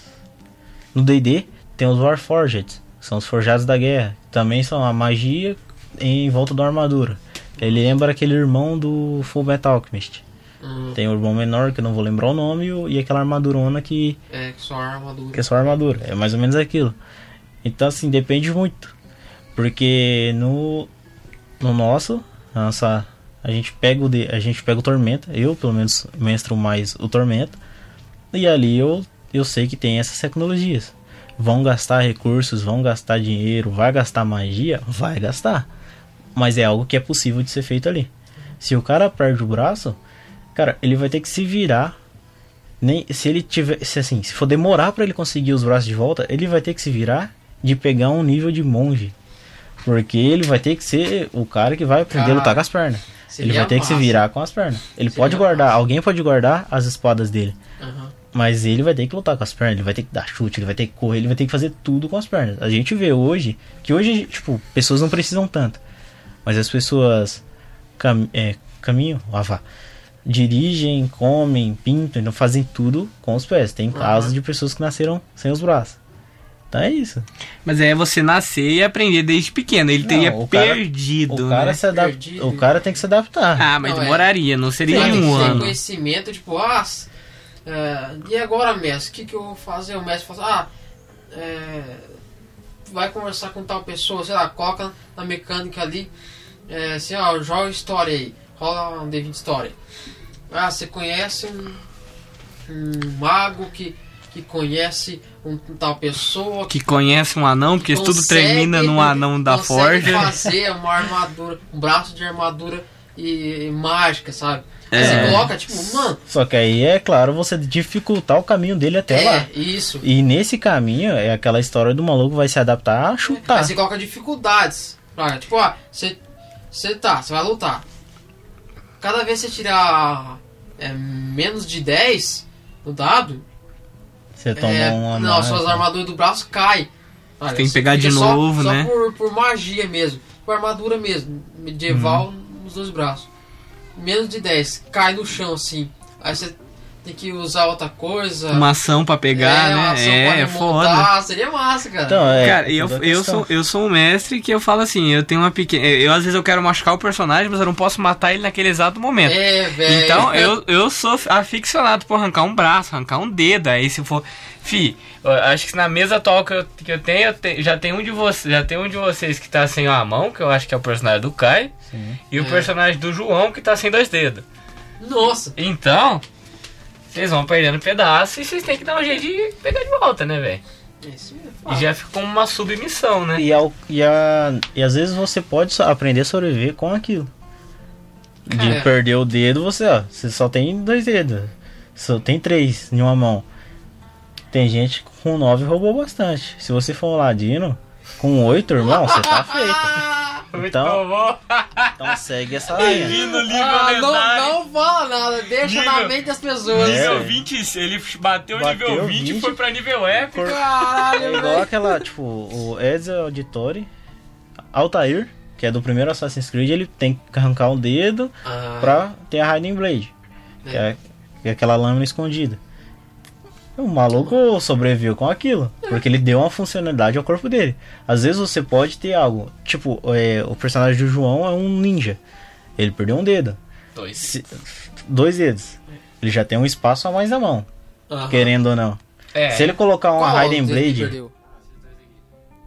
Speaker 3: No DD tem os Warforged, que são os forjados da guerra. que Também são a magia em volta da armadura. Ele lembra aquele irmão do Full Metal Alchemist.
Speaker 1: Hum,
Speaker 3: Tem o irmão menor, que eu não vou lembrar o nome, e o- e aquela armadurona que,
Speaker 1: é, que só armadura.
Speaker 3: que é só armadura. É mais ou menos aquilo. Então, assim, depende muito. Porque no, no nosso, a nossa, a gente pega o de, a gente pega o Tormenta. Eu, pelo menos, mestro mais o Tormenta. E ali eu, eu sei que tem essas tecnologias. Vão gastar recursos, vão gastar dinheiro, vai gastar magia, vai gastar. Mas é algo que é possível de ser feito ali. Se o cara perde o braço, cara, ele vai ter que se virar. Nem se ele tiver, se assim, se for demorar pra ele conseguir os braços de volta, ele vai ter que se virar de pegar um nível de monge. Porque ele vai ter que ser o cara que vai aprender a lutar
Speaker 1: Cara,
Speaker 3: com as pernas.
Speaker 1: Seria
Speaker 3: Ele vai ter que se
Speaker 1: massa.
Speaker 3: virar com as pernas. Ele
Speaker 1: Seria
Speaker 3: pode guardar,
Speaker 1: massa.
Speaker 3: alguém pode guardar as espadas dele.
Speaker 1: Aham.
Speaker 3: Mas ele vai ter que lutar com as pernas, ele vai ter que dar chute, ele vai ter que correr, ele vai ter que fazer tudo com as pernas. A gente vê hoje que hoje, tipo, pessoas não precisam tanto. Mas as pessoas cam é, caminham, lá vá, dirigem, comem, pintam, então fazem tudo com os pés. Tem casos de pessoas que nasceram sem os braços. Então é isso.
Speaker 2: Mas é você nascer e aprender desde pequeno. Ele teria
Speaker 3: o cara-
Speaker 2: perdido,
Speaker 3: O cara,
Speaker 2: né?
Speaker 3: se adap-
Speaker 1: Perdido.
Speaker 3: o cara tem que se adaptar.
Speaker 2: Ah, mas
Speaker 1: Não, é.
Speaker 2: demoraria, não seria
Speaker 1: Tem
Speaker 2: em
Speaker 1: que
Speaker 2: um
Speaker 1: ter
Speaker 2: ano.
Speaker 1: conhecimento, tipo, ah, s- é, e agora, mestre, o que, que eu vou fazer? O mestre fala, ah, é, vai conversar com tal pessoa, sei lá, coloca na mecânica ali, é, assim, ó, joga história aí, rola um D20 história. Ah, você conhece um, um mago que, que conhece um tal pessoa,
Speaker 2: Que conhece um anão, porque tudo
Speaker 1: consegue- né?
Speaker 2: termina num anão da
Speaker 1: consegue
Speaker 2: forja.
Speaker 1: fazer uma armadura, um braço de armadura e, e mágica, sabe? Aí
Speaker 2: É.
Speaker 1: Você coloca, tipo, mano,
Speaker 3: Só que aí é claro você dificultar o caminho dele até lá.
Speaker 1: é, isso.
Speaker 3: E nesse caminho é aquela história do maluco vai se adaptar a
Speaker 1: Aí
Speaker 3: chutar.
Speaker 1: você coloca dificuldades. Pra, tipo, ó, você, você tá, você vai lutar. Cada vez que você tirar é, menos de 10 no dado,
Speaker 3: Você toma um
Speaker 1: é,
Speaker 3: uma
Speaker 1: não,
Speaker 3: marca.
Speaker 1: suas armaduras do braço caem. Olha,
Speaker 2: né? Tem que
Speaker 1: isso
Speaker 2: pegar de
Speaker 1: fica só-
Speaker 2: novo,
Speaker 1: só
Speaker 2: né?
Speaker 1: por, por magia mesmo. com armadura mesmo, medieval
Speaker 2: Hum.
Speaker 1: nos dois braços. Menos de 10, cai no chão assim. Aí você tem que usar outra coisa.
Speaker 2: Uma ação pra pegar,
Speaker 1: é, uma ação
Speaker 2: né?
Speaker 1: pra
Speaker 2: É, é
Speaker 1: remontar,
Speaker 2: foda.
Speaker 1: Seria massa, cara.
Speaker 3: Então, é.
Speaker 2: Cara, e eu,
Speaker 3: toda a
Speaker 2: eu,
Speaker 3: questão.
Speaker 2: sou, eu sou um mestre que eu falo assim, eu tenho uma pequena. Eu às vezes eu quero machucar o personagem, mas eu não posso matar ele naquele exato momento.
Speaker 1: é, velho.
Speaker 2: Então, eu, eu sou aficionado por arrancar um braço, arrancar um dedo. Aí se for. Fi, eu acho que na mesa atual que eu, que eu tenho, eu te- já tem um de vocês. Já tem um de vocês que tá sem a mão, que eu acho que é o personagem do Kai,
Speaker 3: Sim.
Speaker 2: e o
Speaker 1: É.
Speaker 2: personagem do João que tá sem dois dedos.
Speaker 1: Nossa,
Speaker 2: Então, vocês vão perdendo pedaço e vocês têm que dar um jeito de pegar de volta, né, velho?
Speaker 1: isso é
Speaker 2: E
Speaker 1: fácil.
Speaker 2: já fica como uma submissão, né?
Speaker 3: E, ao, e, a, e às vezes você pode so- aprender a sobreviver com aquilo. De
Speaker 1: É.
Speaker 3: perder o dedo, você, ó, você só tem dois dedos. Só tem três em uma mão. Tem gente que com nove roubou bastante. Se você for um ladino, com oito, irmão, você tá feito.
Speaker 1: Ah,
Speaker 3: Então-
Speaker 2: bom.
Speaker 3: Então segue essa linha.
Speaker 2: Vindo livro
Speaker 1: ah, não,
Speaker 2: lendário.
Speaker 1: não fala nada, deixa
Speaker 2: Nível-
Speaker 1: na mente das pessoas.
Speaker 3: É.
Speaker 2: Nível 20, ele bateu,
Speaker 3: Bateu
Speaker 2: nível 20,
Speaker 3: 20.
Speaker 2: foi pra nível épico.
Speaker 1: Caralho,
Speaker 3: É
Speaker 1: velho.
Speaker 3: igual aquela, tipo, o Ezio Auditore, Altair, que é do primeiro Assassin's Creed, ele tem que arrancar um dedo
Speaker 1: Ah,
Speaker 3: pra ter a Hiding Blade. Que é, que é aquela lâmina escondida. O maluco sobreviveu com aquilo,
Speaker 1: É.
Speaker 3: porque ele deu uma funcionalidade ao corpo dele. Às vezes você pode ter algo, tipo, é, o personagem do João é um ninja. Ele perdeu um dedo,
Speaker 2: Dois.
Speaker 3: se- dois dedos. Ele já tem um espaço a mais na mão,
Speaker 1: aham.
Speaker 3: querendo ou não.
Speaker 2: É,
Speaker 3: Se ele colocar uma
Speaker 1: ah. Qual
Speaker 3: Hiding
Speaker 1: dos ele que
Speaker 3: Blade
Speaker 1: perdeu?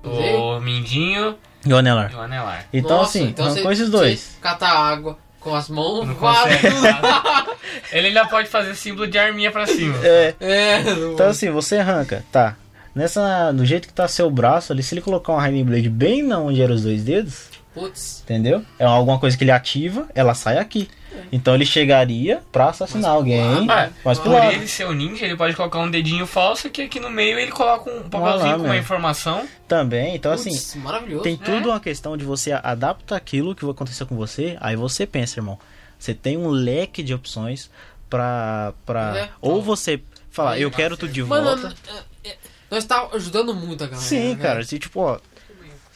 Speaker 2: o Mindinho
Speaker 3: e o Anelar.
Speaker 2: e o Anelar.
Speaker 3: Então,
Speaker 1: Nossa,
Speaker 3: assim, arrancou
Speaker 1: cê-
Speaker 3: esses dois.
Speaker 1: cê Catar água com as mãos,
Speaker 2: Não
Speaker 1: vale
Speaker 2: consegue,
Speaker 1: tudo.
Speaker 2: sabe? Ele ainda pode fazer símbolo de arminha pra cima.
Speaker 3: É,
Speaker 1: É, não-
Speaker 3: então assim, você arranca, tá. Nessa, do jeito que tá seu braço ali, se ele colocar uma Hiding Blade bem na onde eram os dois dedos,
Speaker 1: putz.
Speaker 3: Entendeu? É alguma coisa que ele ativa, ela sai aqui. Então ele chegaria pra assassinar alguém,
Speaker 2: lado.
Speaker 3: mas pro
Speaker 2: É, Por
Speaker 3: lado.
Speaker 2: ele ser o ninja, ele pode colocar um dedinho falso que aqui no meio ele coloca um papelzinho
Speaker 3: lá,
Speaker 2: com uma
Speaker 3: meu.
Speaker 2: informação.
Speaker 3: Também, então
Speaker 1: putz, né?
Speaker 3: assim,
Speaker 1: maravilhoso.
Speaker 3: tem tudo uma questão de você adaptar aquilo que aconteceu com você, aí você pensa, irmão, você tem um leque de opções pra... pra
Speaker 1: É.
Speaker 3: Ou você falar,
Speaker 1: Aí,
Speaker 3: eu quero tu de
Speaker 1: Mano,
Speaker 3: volta.
Speaker 1: é, é, nós tá ajudando muito a galera.
Speaker 3: Sim,
Speaker 1: né,
Speaker 3: cara, se tipo, ó,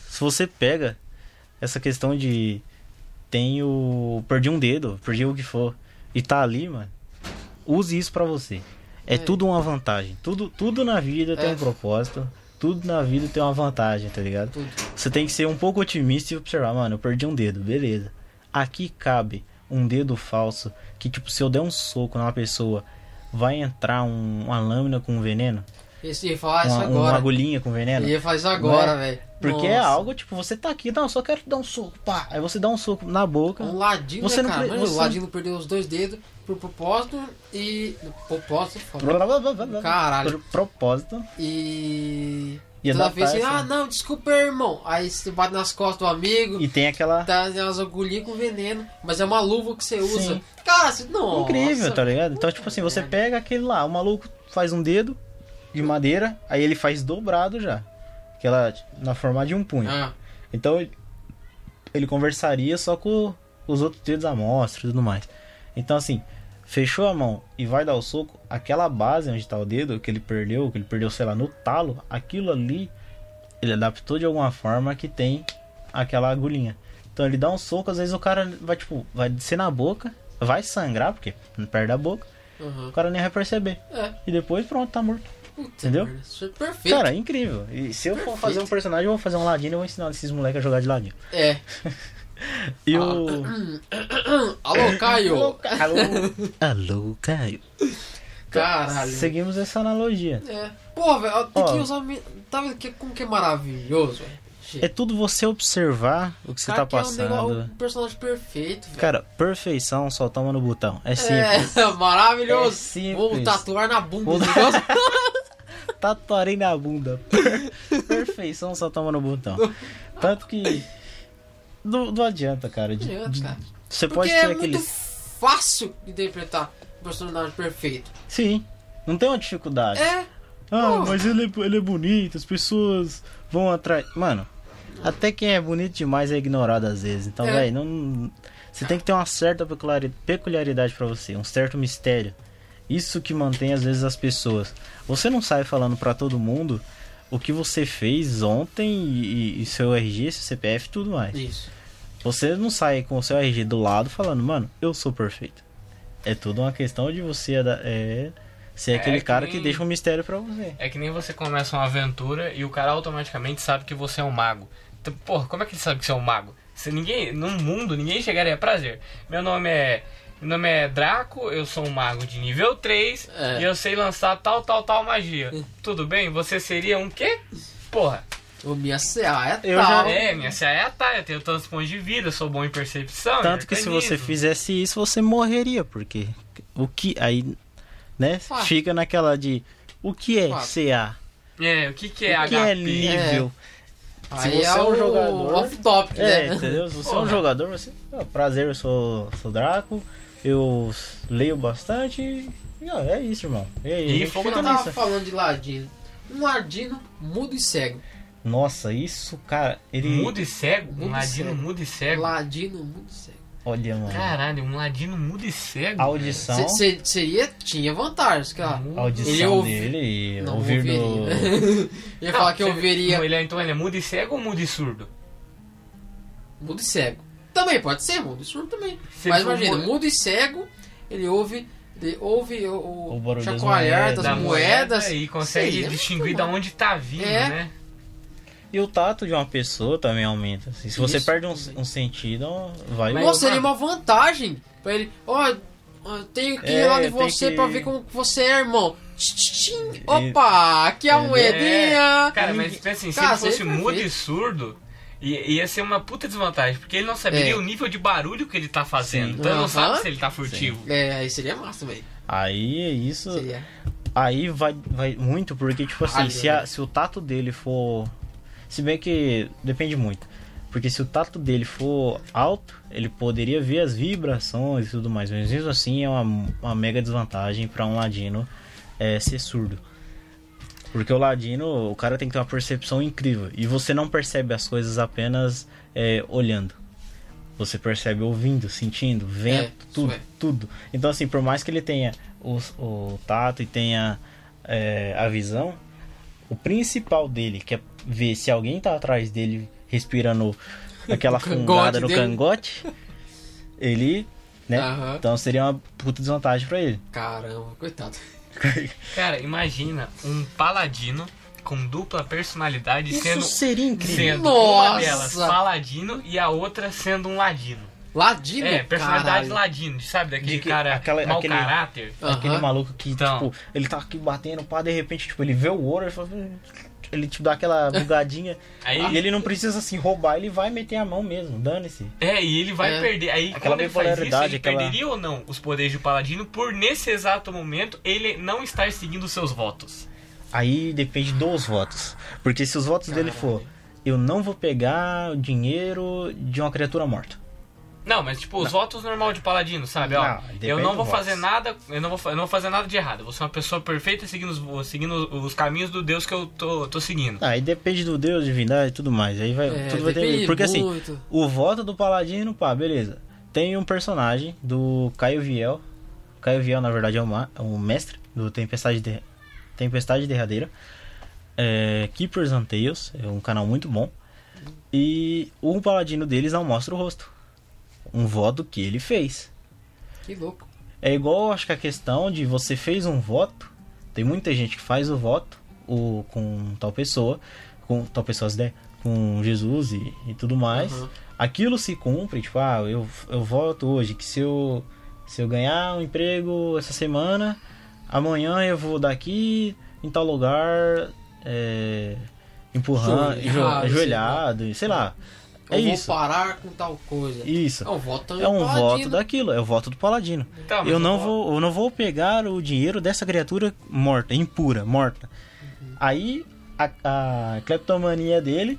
Speaker 3: se você pega essa questão de tenho, perdi um dedo, perdi o que for e tá ali, mano, use isso pra você. É,
Speaker 1: É.
Speaker 3: tudo uma vantagem. Tudo, tudo na vida tem
Speaker 1: É.
Speaker 3: um propósito. Tudo na vida tem uma vantagem, tá ligado?
Speaker 1: Tudo.
Speaker 3: Você tem que ser um pouco otimista e observar, mano, eu perdi um dedo, beleza. Aqui cabe um dedo falso que tipo, se eu der um soco numa pessoa, vai entrar um- uma lâmina com veneno,
Speaker 1: Esse ia falar isso
Speaker 3: uma, uma
Speaker 1: agora.
Speaker 3: agulhinha com veneno.
Speaker 1: Ele ia falar isso agora, velho.
Speaker 3: Porque é
Speaker 1: Nossa.
Speaker 3: algo, tipo, você tá aqui, não, eu só quero dar um soco, pá. Aí você dá um soco na boca.
Speaker 1: Um ladinho,
Speaker 3: Você
Speaker 1: né,
Speaker 3: não
Speaker 1: cara?
Speaker 3: pre-
Speaker 1: Mano,
Speaker 3: você-
Speaker 1: O ladinho perdeu os dois dedos por propósito e. Propósito, foda. Caralho.
Speaker 3: Por propósito.
Speaker 1: E.
Speaker 3: E é
Speaker 1: toda
Speaker 3: adaptar
Speaker 1: vez assim,
Speaker 3: essa-
Speaker 1: ah, não, desculpa, irmão. Aí você bate nas costas do amigo.
Speaker 3: E tem aquela.
Speaker 1: Tá, tem umas agulhinhas com veneno, mas é uma luva que você usa.
Speaker 3: Sim.
Speaker 1: Cara, você, nossa.
Speaker 3: Incrível, tá ligado? Então, tipo assim, você
Speaker 1: merda.
Speaker 3: pega aquele lá, o maluco faz um dedo de madeira, aí ele faz dobrado já. Aquela. Na forma de um punho.
Speaker 1: Ah,
Speaker 3: Então ele- ele conversaria só com os outros dedos à mostra e tudo mais. Então assim, fechou a mão e vai dar o soco, aquela base onde tá o dedo que ele perdeu, que ele perdeu, sei lá, no talo, aquilo ali ele adaptou de alguma forma que tem aquela agulhinha. Então ele dá um soco, às vezes o cara vai tipo, vai descer na boca, vai sangrar porque não perde a boca, o
Speaker 1: aham.
Speaker 3: cara nem vai perceber.
Speaker 1: É,
Speaker 3: E depois pronto, tá morto.
Speaker 1: puta
Speaker 3: Entendeu?
Speaker 1: merda, Isso é perfeito.
Speaker 3: Cara, é incrível. E se eu for
Speaker 1: Perfeito.
Speaker 3: fazer um personagem, eu vou fazer um ladino e vou ensinar esses moleques a jogar de ladinho.
Speaker 1: É.
Speaker 3: E
Speaker 1: Ah.
Speaker 3: o
Speaker 1: Alô, Caio.
Speaker 3: Alô, Caio. Alô, Caio.
Speaker 1: Caralho.
Speaker 3: Seguimos essa analogia.
Speaker 1: É. Pô, velho, tem que
Speaker 3: Ó.
Speaker 1: usar. me- Tá vendo que, como que é maravilhoso, velho?
Speaker 3: É tudo você observar o que você tá
Speaker 1: Cara, que É um, negócio-
Speaker 3: passando.
Speaker 1: um personagem perfeito, velho.
Speaker 3: Cara, perfeição só toma no botão. É simples.
Speaker 1: É, maravilhoso.
Speaker 3: É simples.
Speaker 1: Vou tatuar na bunda.
Speaker 3: Vou-
Speaker 1: esse negócio.
Speaker 3: Tatuarei na bunda. Per- perfeição só toma no botão. Tanto que. Não, não adianta, cara. De-
Speaker 1: Não adianta,
Speaker 3: de-
Speaker 1: cara.
Speaker 3: Você
Speaker 1: Porque
Speaker 3: pode ter
Speaker 1: é
Speaker 3: aquele.
Speaker 1: muito fácil de interpretar um personagem perfeito.
Speaker 3: Sim. Não tem uma dificuldade.
Speaker 1: É,
Speaker 3: Ah,
Speaker 1: Pô.
Speaker 3: mas ele é, ele é bonito, as pessoas vão atrás. Mano, até quem é bonito demais é ignorado às vezes. Então,
Speaker 1: É.
Speaker 3: velho, não. Você tem que ter uma certa peculiari- peculiaridade pra você, um certo mistério. Isso que mantém às vezes as pessoas. Você não sai falando pra todo mundo o que você fez ontem e, e seu RG, seu CPF e tudo mais.
Speaker 1: Isso.
Speaker 3: Você não sai com o seu RG do lado falando, mano, eu sou perfeito. É tudo uma questão de você ada- é, ser
Speaker 2: É
Speaker 3: aquele
Speaker 2: que
Speaker 3: cara
Speaker 2: nem-
Speaker 3: que deixa um mistério pra você.
Speaker 2: É que nem você começa uma aventura e o cara automaticamente sabe que você é um mago. Então, porra, como é que ele sabe que você é um mago? Se ninguém, no mundo, ninguém chegaria a prazer. Meu nome é, meu nome é Draco, eu sou um mago de nível 3
Speaker 1: É.
Speaker 2: e eu sei lançar tal, tal, tal magia.
Speaker 3: É.
Speaker 2: Tudo bem? Você seria um quê? Porra,
Speaker 1: O minha CA é
Speaker 3: Eu
Speaker 1: tal.
Speaker 3: já-
Speaker 2: é, minha CA é a Thay, eu tenho tantos pontos de vida, eu sou bom em percepção. em
Speaker 3: Tanto que se você
Speaker 2: arcanismo.
Speaker 3: fizesse isso, você morreria, porque o que aí, né,
Speaker 1: Fato.
Speaker 3: fica naquela de o que é
Speaker 1: Fato.
Speaker 3: CA?
Speaker 2: É, o que, que é
Speaker 3: o que é
Speaker 2: HP?
Speaker 3: nível?
Speaker 1: Aí é,
Speaker 3: você é um
Speaker 1: o
Speaker 3: jogador-
Speaker 1: off topic,
Speaker 3: É,
Speaker 1: né?
Speaker 3: entendeu? Se você é um
Speaker 2: Porra.
Speaker 3: jogador, você. ó, prazer, eu sou, sou Draco, eu s- leio bastante. e, ó, é isso, irmão. E aí,
Speaker 2: E
Speaker 3: a gente
Speaker 2: fogo
Speaker 1: Como
Speaker 3: fica
Speaker 1: eu tava
Speaker 3: nisso.
Speaker 1: falando de ladino. Um ladino mudo e cego.
Speaker 3: Nossa, isso, cara, ele.
Speaker 2: Mudo e cego? Um
Speaker 1: Mudo e
Speaker 2: ladino
Speaker 1: cego.
Speaker 2: mudo e cego?
Speaker 1: Ladino mudo e cego.
Speaker 3: Olha, mano.
Speaker 2: Caralho, um ladino mudo e cego.
Speaker 3: a audição.
Speaker 1: Se- se- seria, tinha vantagens, cara.
Speaker 2: Mudo.
Speaker 3: a audição
Speaker 1: Ele ouvi-
Speaker 3: dele,
Speaker 1: Não
Speaker 3: ouvir
Speaker 1: ouviria.
Speaker 3: no.
Speaker 1: Eu ia
Speaker 2: Não,
Speaker 1: falar que
Speaker 2: você-
Speaker 1: eu veria
Speaker 2: Ele é, então ele é mudo e cego ou mudo e surdo?
Speaker 1: mudo e cego. Também pode ser mudo e surdo também.
Speaker 2: Se
Speaker 1: Mas
Speaker 2: ele for
Speaker 1: imagina,
Speaker 2: mudo-
Speaker 1: mudo e cego, ele ouve, ele ouve o, o
Speaker 3: O barulho das
Speaker 1: chacoalhar
Speaker 3: moedas,
Speaker 1: das,
Speaker 2: da moeda
Speaker 1: moedas.
Speaker 2: e consegue
Speaker 1: Seria
Speaker 2: distinguir de
Speaker 1: muito bom.
Speaker 2: onde tá vindo,
Speaker 1: É.
Speaker 2: né?
Speaker 3: E o tato de uma pessoa também aumenta. assim. Se você
Speaker 1: Isso.
Speaker 3: perde um, um sentido, vai.
Speaker 2: Mas-
Speaker 1: Nossa, seria uma vantagem pra ele. Ó, eu tenho que ir
Speaker 3: É,
Speaker 1: lá de
Speaker 3: tem
Speaker 1: você
Speaker 3: que-
Speaker 1: pra ver como que você é, irmão. Tch, tch, tchim. Opa, aqui é a
Speaker 3: É.
Speaker 1: moedinha.
Speaker 2: Cara, mas
Speaker 1: Ninguém-
Speaker 2: pensa assim, se
Speaker 1: Cara,
Speaker 2: ele fosse
Speaker 1: seria perfeito.
Speaker 2: mudo e surdo, i- ia ser uma puta desvantagem, porque ele não saberia
Speaker 1: É.
Speaker 2: o nível de barulho que ele tá fazendo.
Speaker 3: Sim.
Speaker 2: Então ele não
Speaker 1: Aham.
Speaker 2: sabe se ele tá furtivo.
Speaker 1: É, aí seria massa, velho.
Speaker 3: Aí é isso.
Speaker 1: Seria.
Speaker 3: Aí vai, vai muito, porque, tipo assim,
Speaker 1: Caralho,
Speaker 3: se, a-
Speaker 1: velho.
Speaker 3: se o tato dele for. Se bem que depende muito. Porque se o tato dele for alto, ele poderia ver as vibrações e tudo mais. Mas mesmo assim é uma, uma mega desvantagem pra um ladino é, ser surdo. Porque o ladino, o cara tem que ter uma percepção incrível. E você não percebe as coisas apenas é, olhando. Você percebe ouvindo, sentindo, vento,
Speaker 1: isso
Speaker 3: tudo,
Speaker 1: é.
Speaker 3: tudo. Então, assim, por mais que ele tenha o, o tato e tenha é, a visão, o principal dele, que é ver se alguém tá atrás dele respirando aquela
Speaker 1: cangote
Speaker 3: fungada no
Speaker 1: dele.
Speaker 3: cangote, ele, né?
Speaker 1: Aham.
Speaker 3: Então seria uma puta desvantagem pra ele.
Speaker 1: Caramba, coitado.
Speaker 2: Cara, imagina um paladino com dupla personalidade
Speaker 3: Isso
Speaker 2: sendo,
Speaker 3: seria incrível.
Speaker 2: sendo uma
Speaker 1: Nossa!
Speaker 2: delas paladino e a outra sendo um ladino.
Speaker 1: Ladino?
Speaker 2: É, personalidade
Speaker 1: caralho.
Speaker 2: ladino, sabe? Daquele
Speaker 3: De que-
Speaker 2: cara
Speaker 3: aquela-
Speaker 2: mau
Speaker 3: aquele-
Speaker 2: caráter.
Speaker 3: É Aquele
Speaker 1: Aham.
Speaker 3: maluco que,
Speaker 2: Então.
Speaker 3: tipo, ele tá aqui batendo, pá, de repente, tipo, ele vê o ouro, ele fala, "Hum", Ele te dá aquela bugadinha.
Speaker 1: É
Speaker 2: Aí,
Speaker 3: e ele não precisa assim roubar, ele vai meter a mão mesmo, dane-se.
Speaker 2: é, e ele vai
Speaker 1: É.
Speaker 2: perder. Aí,
Speaker 3: Aquela
Speaker 2: quando ele faz isso, ele
Speaker 3: bipolaridade, aquela-
Speaker 2: perderia ou não os poderes do paladino por, nesse exato momento, ele não estar seguindo seus votos.
Speaker 3: Aí depende dos votos. Porque se os votos dele
Speaker 1: Caralho.
Speaker 3: for, eu não vou pegar o dinheiro de uma criatura morta.
Speaker 2: Não, mas tipo, os votos normal de paladino, sabe? Ó,
Speaker 3: Não, depende
Speaker 2: eu não
Speaker 3: do
Speaker 2: vou
Speaker 3: voto.
Speaker 2: fazer nada, eu não vou, fa- eu não vou fazer nada de errado. Eu vou ser uma pessoa perfeita seguindo os, seguindo os caminhos do Deus que eu tô, tô seguindo.
Speaker 3: Aí Ah, depende do deus, divindade e tudo mais. Aí vai,
Speaker 1: É,
Speaker 3: tudo vai ter.
Speaker 1: depende
Speaker 3: Porque assim,
Speaker 1: muito.
Speaker 3: O voto do Paladino, pá, beleza. Tem um personagem do Caio Viel. Caio Viel, na verdade, é o, ma- é o mestre do Tempestade, de Tempestade Derradeira. É, Keepers and Tales, é um canal muito bom. E o Paladino deles não mostra o rosto. Um voto que ele fez.
Speaker 1: Que louco.
Speaker 3: É igual, acho que a questão de você fez um voto. Tem muita gente que faz o voto o, com tal pessoa, com tal pessoas, né? Com Jesus e, e tudo mais.
Speaker 1: Aham.
Speaker 3: Aquilo se cumpre, tipo, ah, eu, eu voto hoje que se eu, se eu ganhar um emprego essa semana, amanhã eu vou daqui em tal lugar, é, empurrando,
Speaker 1: Joelhado, assim, né? sei
Speaker 3: jo-
Speaker 1: lá.
Speaker 3: ajoelhado, sei lá. É
Speaker 1: Eu vou
Speaker 3: isso.
Speaker 1: parar com tal coisa.
Speaker 3: Isso.
Speaker 1: É um voto
Speaker 3: É um voto
Speaker 1: paladino.
Speaker 3: daquilo, é o voto do paladino.
Speaker 2: Tá, mas
Speaker 3: Eu não
Speaker 2: vou-
Speaker 3: vou, eu não vou pegar o dinheiro dessa criatura morta, impura, morta.
Speaker 2: Uhum.
Speaker 3: Aí a, a cleptomania dele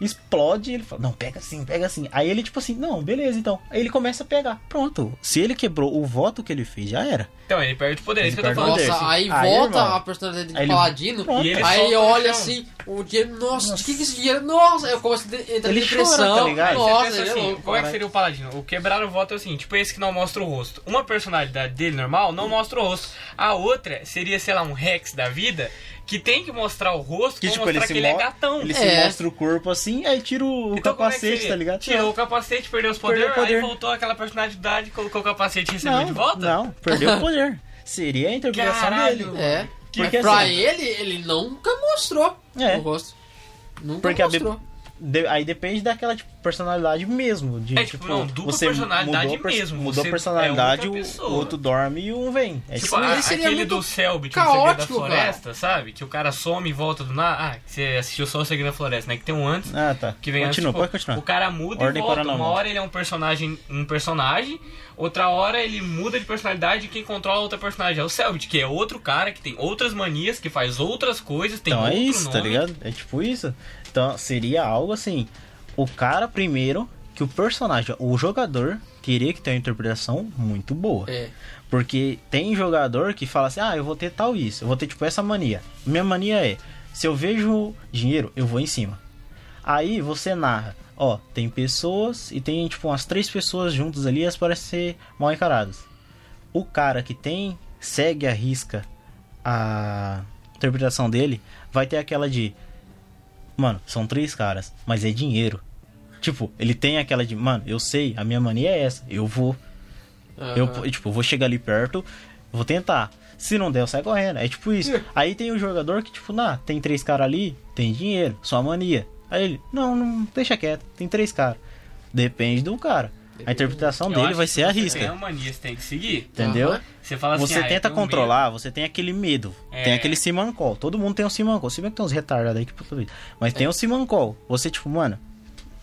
Speaker 3: explode, ele fala: "Não, pega assim, pega assim". Aí ele tipo assim: "Não, beleza então". Aí ele começa a pegar. Pronto. Se ele quebrou o voto que ele fez, já era.
Speaker 2: Então, ele perde o poder, é isso que eu tô
Speaker 3: Ele
Speaker 2: falando.
Speaker 3: perde o
Speaker 1: Nossa, aí,
Speaker 3: Anderson. Aí,
Speaker 1: volta
Speaker 3: irmão.
Speaker 1: a personalidade de
Speaker 3: Aí ele-
Speaker 1: Paladino.
Speaker 3: Pronto.
Speaker 2: E ele
Speaker 1: aí
Speaker 2: solta no
Speaker 1: olha
Speaker 2: chão.
Speaker 1: assim, o dinheiro, nossa, o
Speaker 3: Nossa.
Speaker 1: que que é esse dinheiro? Nossa, eu começo a entrar em
Speaker 3: Ele chora,
Speaker 1: depressão.
Speaker 3: tá ligado?
Speaker 1: Nossa,
Speaker 2: Você pensa
Speaker 1: ele é
Speaker 2: assim,
Speaker 1: louco.
Speaker 2: como é que
Speaker 1: cara.
Speaker 2: seria o paladino? O quebrar o voto é assim, tipo esse que não mostra o rosto. Uma personalidade dele normal não mostra o rosto. A outra seria, sei lá, um Rex da vida que tem que mostrar o rosto
Speaker 3: Que
Speaker 2: pra
Speaker 3: tipo,
Speaker 2: mostrar
Speaker 3: ele
Speaker 2: que
Speaker 3: se,
Speaker 2: ele é
Speaker 3: mo-
Speaker 2: gatão.
Speaker 3: ele
Speaker 1: É.
Speaker 3: se mostra o corpo assim, aí tira o
Speaker 2: Então, como é que
Speaker 3: capacete,
Speaker 2: seria?
Speaker 3: tá ligado?
Speaker 2: Tirou o capacete, perdeu os
Speaker 3: Perdeu
Speaker 2: poderes,
Speaker 3: o poder.
Speaker 2: aí voltou aquela personalidade, colocou o capacete e recebeu
Speaker 3: não,
Speaker 2: de volta?
Speaker 3: não, perdeu o poder. Seria a interpretação
Speaker 2: Caralho,
Speaker 3: dele.
Speaker 2: mano.
Speaker 1: É.
Speaker 3: Que
Speaker 1: Mas
Speaker 3: que é
Speaker 1: pra
Speaker 3: essa?
Speaker 1: ele, ele nunca mostrou
Speaker 3: É.
Speaker 1: o rosto. Nunca
Speaker 3: Porque a
Speaker 1: mostrou.
Speaker 3: De- aí depende daquela tipo, personalidade mesmo. De,
Speaker 2: É, tipo, não, dupla
Speaker 3: você
Speaker 2: personalidade
Speaker 3: mudou, a pers-
Speaker 2: mesmo,
Speaker 3: Mudou
Speaker 2: você
Speaker 3: a personalidade,
Speaker 2: é
Speaker 3: o-
Speaker 2: outra pessoa.
Speaker 3: o outro dorme e um vem. É
Speaker 2: Tipo,
Speaker 3: tipo,
Speaker 2: a-
Speaker 1: ele seria
Speaker 2: aquele
Speaker 1: muito
Speaker 2: do Selbit, o Segredo da
Speaker 1: caótico, cara.
Speaker 2: Floresta, sabe? Que o cara some e volta do nada. Ah, que você assistiu só o Segredo da Floresta, né? Que tem um antes.
Speaker 3: Ah, tá.
Speaker 2: Que vem
Speaker 3: Continua,
Speaker 2: antes, tipo,
Speaker 3: pode continuar.
Speaker 2: O cara muda
Speaker 3: Ordem
Speaker 2: e volta.
Speaker 3: paranormal.
Speaker 2: Uma hora ele é um personagem, um personagem, outra hora ele muda de personalidade e quem controla outra personagem é o Selbit, que é outro cara que tem outras manias, que faz outras coisas, tem
Speaker 3: Então é
Speaker 2: outro
Speaker 3: isso,
Speaker 2: nome.
Speaker 3: tá ligado? É tipo isso. Então seria algo assim: o cara primeiro, que o personagem, o jogador, teria que ter uma interpretação muito boa.
Speaker 1: É.
Speaker 3: Porque tem jogador que fala assim: ah, eu vou ter tal isso, eu vou ter tipo essa mania. Minha mania é: se eu vejo dinheiro, eu vou em cima. Aí você narra: ó, tem pessoas e tem tipo umas três pessoas juntas ali, elas parecem ser mal encaradas. O cara que tem, segue a risca a interpretação dele, vai ter aquela de: mano, são três caras, mas é dinheiro. Tipo, ele tem aquela de: mano, eu sei, a minha mania é essa, eu vou. Eu,
Speaker 1: Aham.
Speaker 3: tipo, vou chegar ali perto, vou tentar. Se não der, eu saio correndo. É tipo isso. Aí tem o jogador que, tipo, nah, tem três caras ali, tem dinheiro, só mania. Aí ele, não, não, deixa quieto, tem três caras. Depende do cara. A interpretação
Speaker 2: Eu
Speaker 3: Então dele
Speaker 2: acho
Speaker 3: vai
Speaker 2: que
Speaker 3: ser a
Speaker 2: você Tem um-
Speaker 3: risca.
Speaker 2: uma mania, você tem que seguir.
Speaker 3: Entendeu?
Speaker 1: Aham.
Speaker 2: Você fala assim,
Speaker 3: Você
Speaker 2: ah, eu
Speaker 3: tenta
Speaker 2: tenho medo.
Speaker 3: controlar, você tem aquele medo.
Speaker 2: É.
Speaker 3: Tem aquele simancol. Todo mundo tem um simancol. Se bem que tem uns retardados aí que puta vida. Mas
Speaker 2: É.
Speaker 3: tem um simancol. Você, tipo, mano,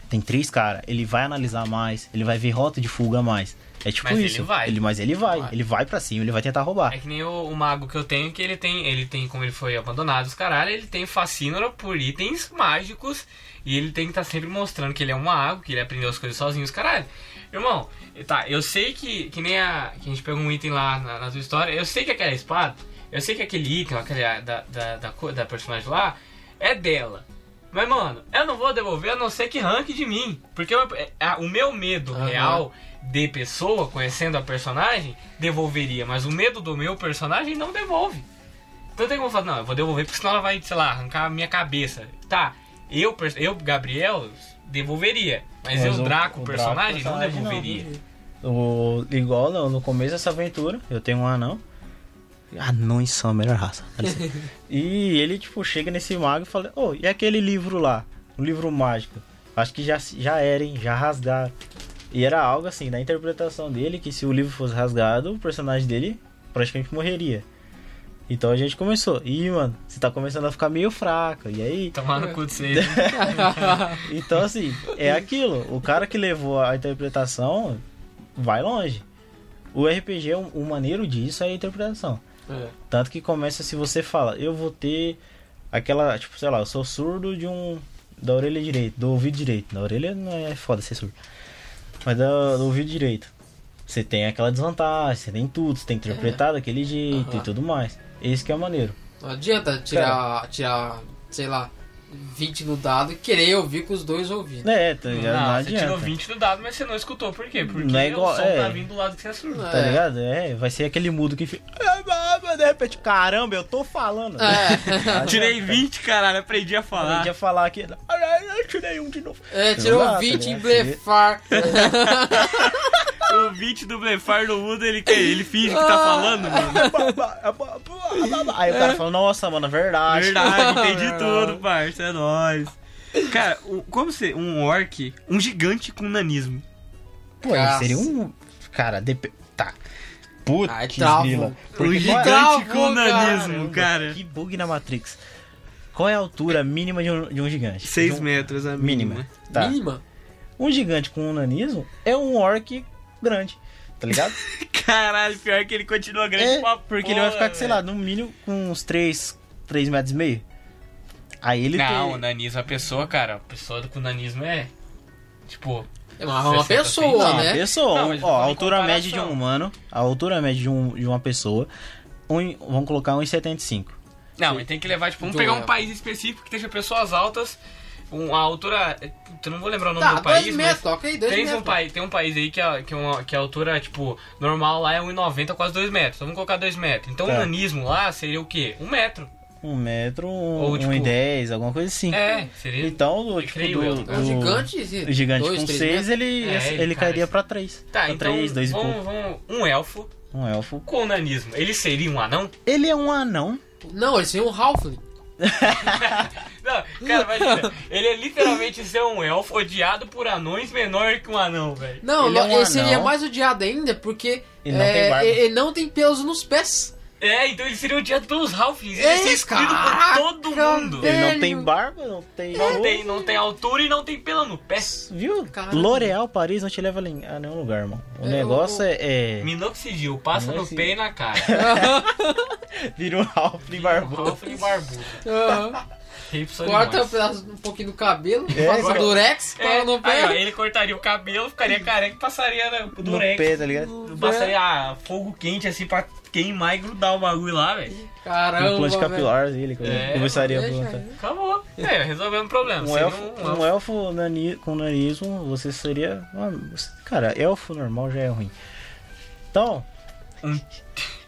Speaker 3: tem três caras. Ele vai analisar mais, ele vai ver rota de fuga a mais. É tipo
Speaker 2: Mas ele
Speaker 3: isso.
Speaker 2: vai.
Speaker 3: mas ele vai.
Speaker 1: Vai.
Speaker 3: Ele vai pra cima, ele vai tentar roubar.
Speaker 2: É que nem o, o mago que eu tenho, que ele tem, ele tem, como ele foi abandonado, os caralho, ele tem fascínora por itens mágicos e ele tem que estar sempre mostrando que ele é um mago, que ele aprendeu as coisas sozinho, os caralho. Irmão, tá, eu sei que, que nem a. que a gente pegou um item lá na, na sua história, eu sei que aquela espada, eu sei que aquele item, aquele a- da, da, da, co- da personagem lá, é dela. Mas, mano, eu não vou devolver a não ser que ranque de mim. Porque eu- é- a- o meu medo
Speaker 1: Aham.
Speaker 2: real de pessoa, conhecendo a personagem, devolveria. Mas o medo do meu personagem não devolve. Então tem como falar, não, eu vou devolver porque senão ela vai, sei lá, arrancar a minha cabeça. Tá, eu, pers- eu Gabriel, devolveria. Mas,
Speaker 3: Mas
Speaker 2: eu,
Speaker 3: o-
Speaker 2: Draco,
Speaker 3: o Draco,
Speaker 2: personagem, não
Speaker 3: personagem, não. né?
Speaker 2: devolveria.
Speaker 3: O, igual no, no começo dessa aventura, eu tenho um anão. Anões são a melhor raça. dá licença. e ele, tipo, chega nesse mago e fala: Ô, e aquele livro lá? O livro mágico. Acho que já, se- já era, hein? Já rasgaram. E era algo assim, na interpretação dele, que se o livro fosse rasgado, o personagem dele praticamente morreria. Então a gente começou. Ih, mano, você tá começando a ficar meio fraco. E aí?
Speaker 2: Tomar no cu de vocês.
Speaker 3: Então, assim, é aquilo. O cara que levou a interpretação vai longe. O RPG, o, o maneiro disso é a interpretação.
Speaker 1: É.
Speaker 3: Tanto que começa se você fala, eu vou ter aquela, tipo, sei lá, eu sou surdo de um. da orelha direita, do ouvido direito. Da orelha não é foda ser surdo. Mas da- do ouvido direito. Você tem aquela desvantagem, você tem tudo, você tem que interpretar daquele jeito e
Speaker 1: Aham.
Speaker 3: tudo mais. Esse que é o maneiro.
Speaker 1: Não adianta tirar, tirar, sei lá, 20 no dado e querer ouvir com os dois ouvidos.
Speaker 3: É, tá ligado? Não,
Speaker 2: Não, você
Speaker 3: adianta.
Speaker 2: tirou 20 do dado, mas você não escutou. Por quê? Porque
Speaker 3: Não é igual-
Speaker 2: o som
Speaker 3: é.
Speaker 2: tá vindo do lado que você é surdo.
Speaker 3: Tá
Speaker 1: É.
Speaker 3: ligado? É, vai ser aquele mudo que fica. "Ah, ah, ah", De repente, caramba, eu tô falando.
Speaker 1: É,
Speaker 4: Tirei 20, caralho, aprendi a falar.
Speaker 3: Podia falar aqui. "Ah, ah, ah, Tirei um de novo.
Speaker 1: é tirou
Speaker 3: Exato,
Speaker 1: 20 em
Speaker 3: né?
Speaker 1: blefar.
Speaker 4: O 20 do Blefar no mundo, ele, quer- ele finge que tá falando, mano.
Speaker 3: Ah, bah, ah, bah, ah, bah, bah. Aí o cara fala, nossa, mano, é verdade.
Speaker 4: Verdade, entendi tudo, parça, é nóis. Cara, o- como ser um orc, um gigante com nanismo?
Speaker 3: Pô, ele seria um. Cara, dep... tá. Puta
Speaker 1: Ai,
Speaker 3: que
Speaker 1: trava.
Speaker 3: grila.
Speaker 4: um
Speaker 3: Porque qual é-
Speaker 4: gigante
Speaker 1: Travou,
Speaker 4: com nanismo, cara.
Speaker 3: Que bug na Matrix. Qual é a altura mínima de um, de um gigante?
Speaker 4: 6
Speaker 3: De um-
Speaker 4: metros, a
Speaker 3: Mínima.
Speaker 4: mínima.
Speaker 3: Tá.
Speaker 1: Mínima.
Speaker 3: Um gigante com um nanismo é um orc grande. Tá ligado?
Speaker 4: Caralho, pior que ele continua grande
Speaker 3: É,
Speaker 4: pra
Speaker 3: porque
Speaker 4: porra,
Speaker 3: ele vai ficar, com, sei
Speaker 4: velho.
Speaker 3: lá, no mínimo com uns 3, 3 metros e meio. Aí ele
Speaker 2: Não, o
Speaker 3: tem...
Speaker 2: nanismo é a pessoa, cara. A pessoa com nanismo é. Tipo,
Speaker 1: É uma, uma
Speaker 2: 60
Speaker 1: pessoa,
Speaker 2: centímetros.
Speaker 3: Não,
Speaker 1: né?
Speaker 3: pessoa, um,
Speaker 2: Não, mas
Speaker 3: ó, a
Speaker 2: em
Speaker 3: altura média de um
Speaker 2: comparação.
Speaker 3: humano, a altura média de, um, de uma pessoa, um, vamos colocar 1,75.
Speaker 2: Não, mas tem que levar, tipo, vamos
Speaker 1: Do
Speaker 2: pegar um
Speaker 1: Léo.
Speaker 2: país específico que deixa pessoas altas, um, a altura. Puta, eu não vou lembrar o nome
Speaker 1: Tá,
Speaker 2: do
Speaker 1: 2
Speaker 2: país,
Speaker 1: metros,
Speaker 2: mas.
Speaker 1: toca aí, 2
Speaker 2: Tem
Speaker 1: metros.
Speaker 2: um, país, tem um país aí que a, que, uma, que a altura, tipo,
Speaker 5: um
Speaker 2: normal lá é 1,90, quase 2 metros. Então Vamos colocar 2 metros. Então
Speaker 3: Tá.
Speaker 2: o nanismo lá seria o quê? 1 metro.
Speaker 3: Um metro, um,
Speaker 5: Ou, tipo,
Speaker 3: um e dez, alguma coisa assim.
Speaker 5: É, seria.
Speaker 3: Então, do,
Speaker 5: eu
Speaker 3: tipo,
Speaker 5: creio
Speaker 3: do,
Speaker 5: eu.
Speaker 1: É um
Speaker 3: do-
Speaker 1: gigante,
Speaker 3: o gigante
Speaker 1: dois,
Speaker 3: com
Speaker 1: três
Speaker 3: 6, ele,
Speaker 5: É,
Speaker 3: ele,
Speaker 5: ele cai,
Speaker 3: cairia
Speaker 5: assim.
Speaker 3: pra 3.
Speaker 5: Tá,
Speaker 3: pra
Speaker 5: então
Speaker 3: 3, 2 e pouco.
Speaker 5: vamos, vamos, um elfo
Speaker 3: Um elfo.
Speaker 5: com nanismo. Ele seria um anão?
Speaker 3: Ele é um anão.
Speaker 1: Não, ele seria um Halfling.
Speaker 5: Não, cara, imagina. Ele é literalmente ser um elfo odiado por anões menor que um anão, velho.
Speaker 1: Não,
Speaker 3: Ele é
Speaker 1: ele,
Speaker 3: um anão.
Speaker 1: seria mais odiado ainda porque
Speaker 3: Ele não
Speaker 1: é,
Speaker 3: tem barba.
Speaker 1: ele- ele não tem pelos nos pés. É,
Speaker 5: É, então ele seria odiado pelos halflings. Ele seria
Speaker 1: Ei,
Speaker 5: excluído por
Speaker 1: caraca,
Speaker 5: todo mundo.
Speaker 1: velho.
Speaker 3: Ele não
Speaker 1: Velho.
Speaker 3: tem barba, não tem.
Speaker 5: Não tem, não tem altura e não tem pelo no pé.
Speaker 3: Viu?
Speaker 1: Caralho.
Speaker 3: L'Oreal Paris não te leva ali- a nenhum lugar, mano. O
Speaker 1: É,
Speaker 3: negócio
Speaker 1: o-
Speaker 3: é. é...
Speaker 5: Minoxidil, passa no
Speaker 3: Minoxidil.
Speaker 5: pé e na cara.
Speaker 3: Vira um Alfred barbudo.
Speaker 5: Halfling barbudo.
Speaker 1: Aham.
Speaker 5: Ripson
Speaker 1: Corta um,
Speaker 5: demais.
Speaker 1: pedaço, um pouquinho do cabelo,
Speaker 3: É,
Speaker 1: passa
Speaker 5: agora-
Speaker 1: durex,
Speaker 5: É,
Speaker 1: cola no
Speaker 5: aí, ó,
Speaker 1: pé.
Speaker 5: ele cortaria o cabelo, ficaria careca e passaria na-
Speaker 3: No
Speaker 5: do durex.
Speaker 3: pé, tá ligado?
Speaker 1: no pé.
Speaker 5: Passaria ah, fogo quente assim pra queimar e grudar o bagulho lá, velho.
Speaker 1: Caramba,
Speaker 3: Implante
Speaker 1: velho.
Speaker 3: capilar, ele.
Speaker 5: É,
Speaker 3: Começaria a
Speaker 1: Deixa
Speaker 3: plantar.
Speaker 1: aí.
Speaker 5: Acabou. É, resolvemos o problema.
Speaker 3: Um
Speaker 5: Seria
Speaker 3: elfo, um elfo nani- com nanismo, você seria. uma- Cara, elfo normal já é ruim. Então,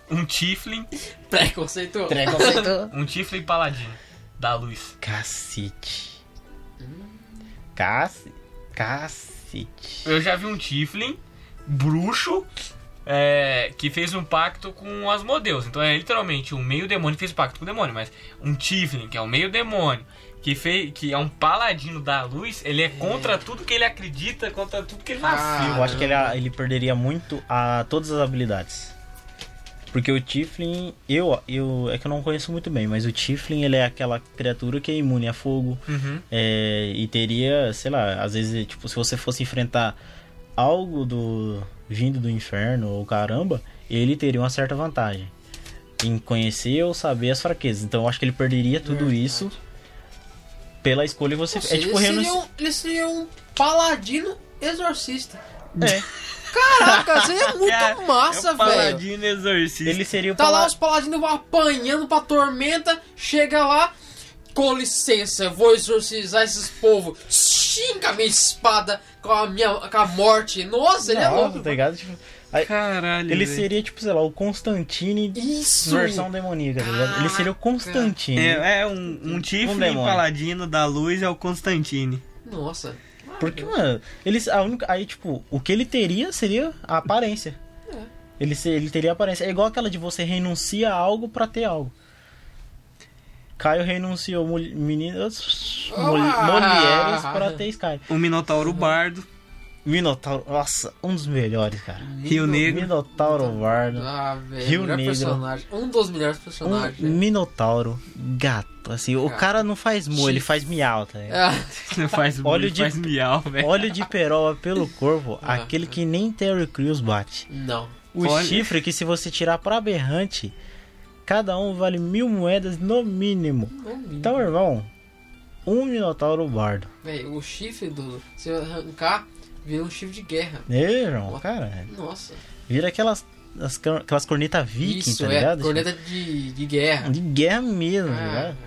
Speaker 5: um tiflin,
Speaker 1: Preconceituoso.
Speaker 3: é
Speaker 5: um tiflin paladino da luz.
Speaker 3: Cacete. Cac... Cacete.
Speaker 5: Eu já vi um tiflin bruxo é, que fez um pacto com as modeus. Então é literalmente um meio demônio que fez pacto com o demônio, mas um tiflin que é um meio demônio. Que, fez, que é um paladino da luz, ele é contra tudo que ele acredita, contra tudo que ele nasceu.
Speaker 1: Ah,
Speaker 3: Eu acho que ele, ele perderia muito a todas as habilidades. Porque o Tiflin, eu, eu é que eu não conheço muito bem, mas o Tiflin ele é aquela criatura que é imune a fogo
Speaker 5: Uhum.
Speaker 3: é, e teria, sei lá, às vezes tipo se você fosse enfrentar algo do vindo do inferno ou caramba, ele teria uma certa vantagem em conhecer ou saber as fraquezas. Então eu acho que ele perderia tudo
Speaker 1: Verdade.
Speaker 3: isso pela escolha que você
Speaker 1: Nossa,
Speaker 3: é tipo
Speaker 1: ele,
Speaker 3: renunci-
Speaker 1: seria um, ele seria um paladino exorcista.
Speaker 3: É.
Speaker 1: Caraca, seria muito
Speaker 5: Cara,
Speaker 1: massa,
Speaker 5: é o
Speaker 1: velho.
Speaker 5: Paladino exorcista.
Speaker 3: ele seria o
Speaker 1: Tá lá
Speaker 3: pala-
Speaker 1: os paladinos vão apanhando pra tormenta, chega lá, com licença, eu vou exorcizar esses povos. Xinga a minha espada com a minha com a morte. Nossa, ele é
Speaker 3: Nossa,
Speaker 1: louco.
Speaker 3: tá ligado? Tipo, aí-
Speaker 2: Caralho.
Speaker 3: Ele
Speaker 2: velho.
Speaker 3: seria, tipo, sei lá, o Constantine
Speaker 1: Isso.
Speaker 3: versão demoníaca, tá ligado? Ele seria o Constantine.
Speaker 2: É, é um, um Tiflin
Speaker 3: demônio.
Speaker 2: paladino da luz é o Constantine.
Speaker 1: Nossa. Ah,
Speaker 3: Porque, mano, ele, a única, aí, tipo, o que ele teria seria a aparência. Ele, se- ele teria a aparência. É igual aquela de você renuncia a algo pra ter algo. Caio renunciou mul- meninas. mul-
Speaker 1: Ah!
Speaker 3: Mulheres pra ter Sky.
Speaker 2: O Minotauro Bardo,
Speaker 3: Minotauro. Nossa, um dos melhores, cara.
Speaker 2: Rio Negro.
Speaker 3: Minotauro Vardo.
Speaker 1: Ah, velho.
Speaker 3: Rio
Speaker 1: melhor
Speaker 3: Negro.
Speaker 1: personagem. Um dos melhores
Speaker 3: Um
Speaker 1: personagens. velho.
Speaker 3: Minotauro gato. Assim, o
Speaker 1: Gato.
Speaker 3: cara não faz mu, ele faz miau, tá ligado?
Speaker 1: Ah,
Speaker 2: Não faz
Speaker 3: Olha
Speaker 2: Olha
Speaker 3: o de-
Speaker 2: faz miau, velho.
Speaker 3: Óleo de peroba pelo corpo,
Speaker 1: Ah.
Speaker 3: aquele que nem Terry Crews bate.
Speaker 1: não.
Speaker 3: O
Speaker 2: Olha.
Speaker 3: chifre que se você tirar pra berrante, cada um vale mil moedas no mínimo.
Speaker 1: Hum.
Speaker 3: Então, irmão, um minotauro bardo.
Speaker 1: Velho, o chifre do. Se eu arrancar, vira um chifre de guerra.
Speaker 3: Ei, irmão, cara,
Speaker 1: Nossa.
Speaker 3: vira aquelas, as cor- aquelas cornetas viking,
Speaker 1: Isso
Speaker 3: tá
Speaker 1: é,
Speaker 3: ligado? Tipo,
Speaker 1: corneta de, de guerra.
Speaker 3: De guerra mesmo, tá
Speaker 1: Ah,
Speaker 3: ligado?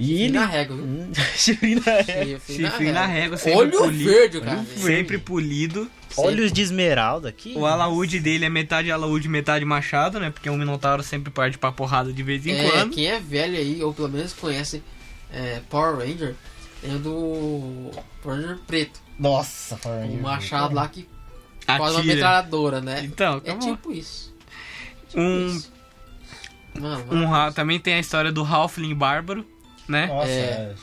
Speaker 3: E ele...
Speaker 1: na régua, viu?
Speaker 3: Chifre na régua.
Speaker 1: Chifre,
Speaker 2: Chifre na régua, sempre
Speaker 1: Olho
Speaker 2: polido.
Speaker 1: verde, cara.
Speaker 2: Sempre polido.
Speaker 3: Olhos de esmeralda, que...
Speaker 2: O alaúde dele é metade alaúde, metade machado, né? Porque o Minotauro sempre parte pra porrada de vez em
Speaker 1: É,
Speaker 2: quando.
Speaker 1: Quem é velho aí, ou pelo menos conhece é, Power Ranger, é o do Power Ranger preto.
Speaker 3: Nossa,
Speaker 1: O machado lá que faz uma
Speaker 2: Atira.
Speaker 1: metralhadora, né?
Speaker 2: Então,
Speaker 1: É
Speaker 2: acabou.
Speaker 1: tipo isso.
Speaker 2: Um,
Speaker 1: isso. Mano,
Speaker 2: um ra- também tem a história do Halfling Bárbaro, né?
Speaker 3: Nossa,
Speaker 1: É.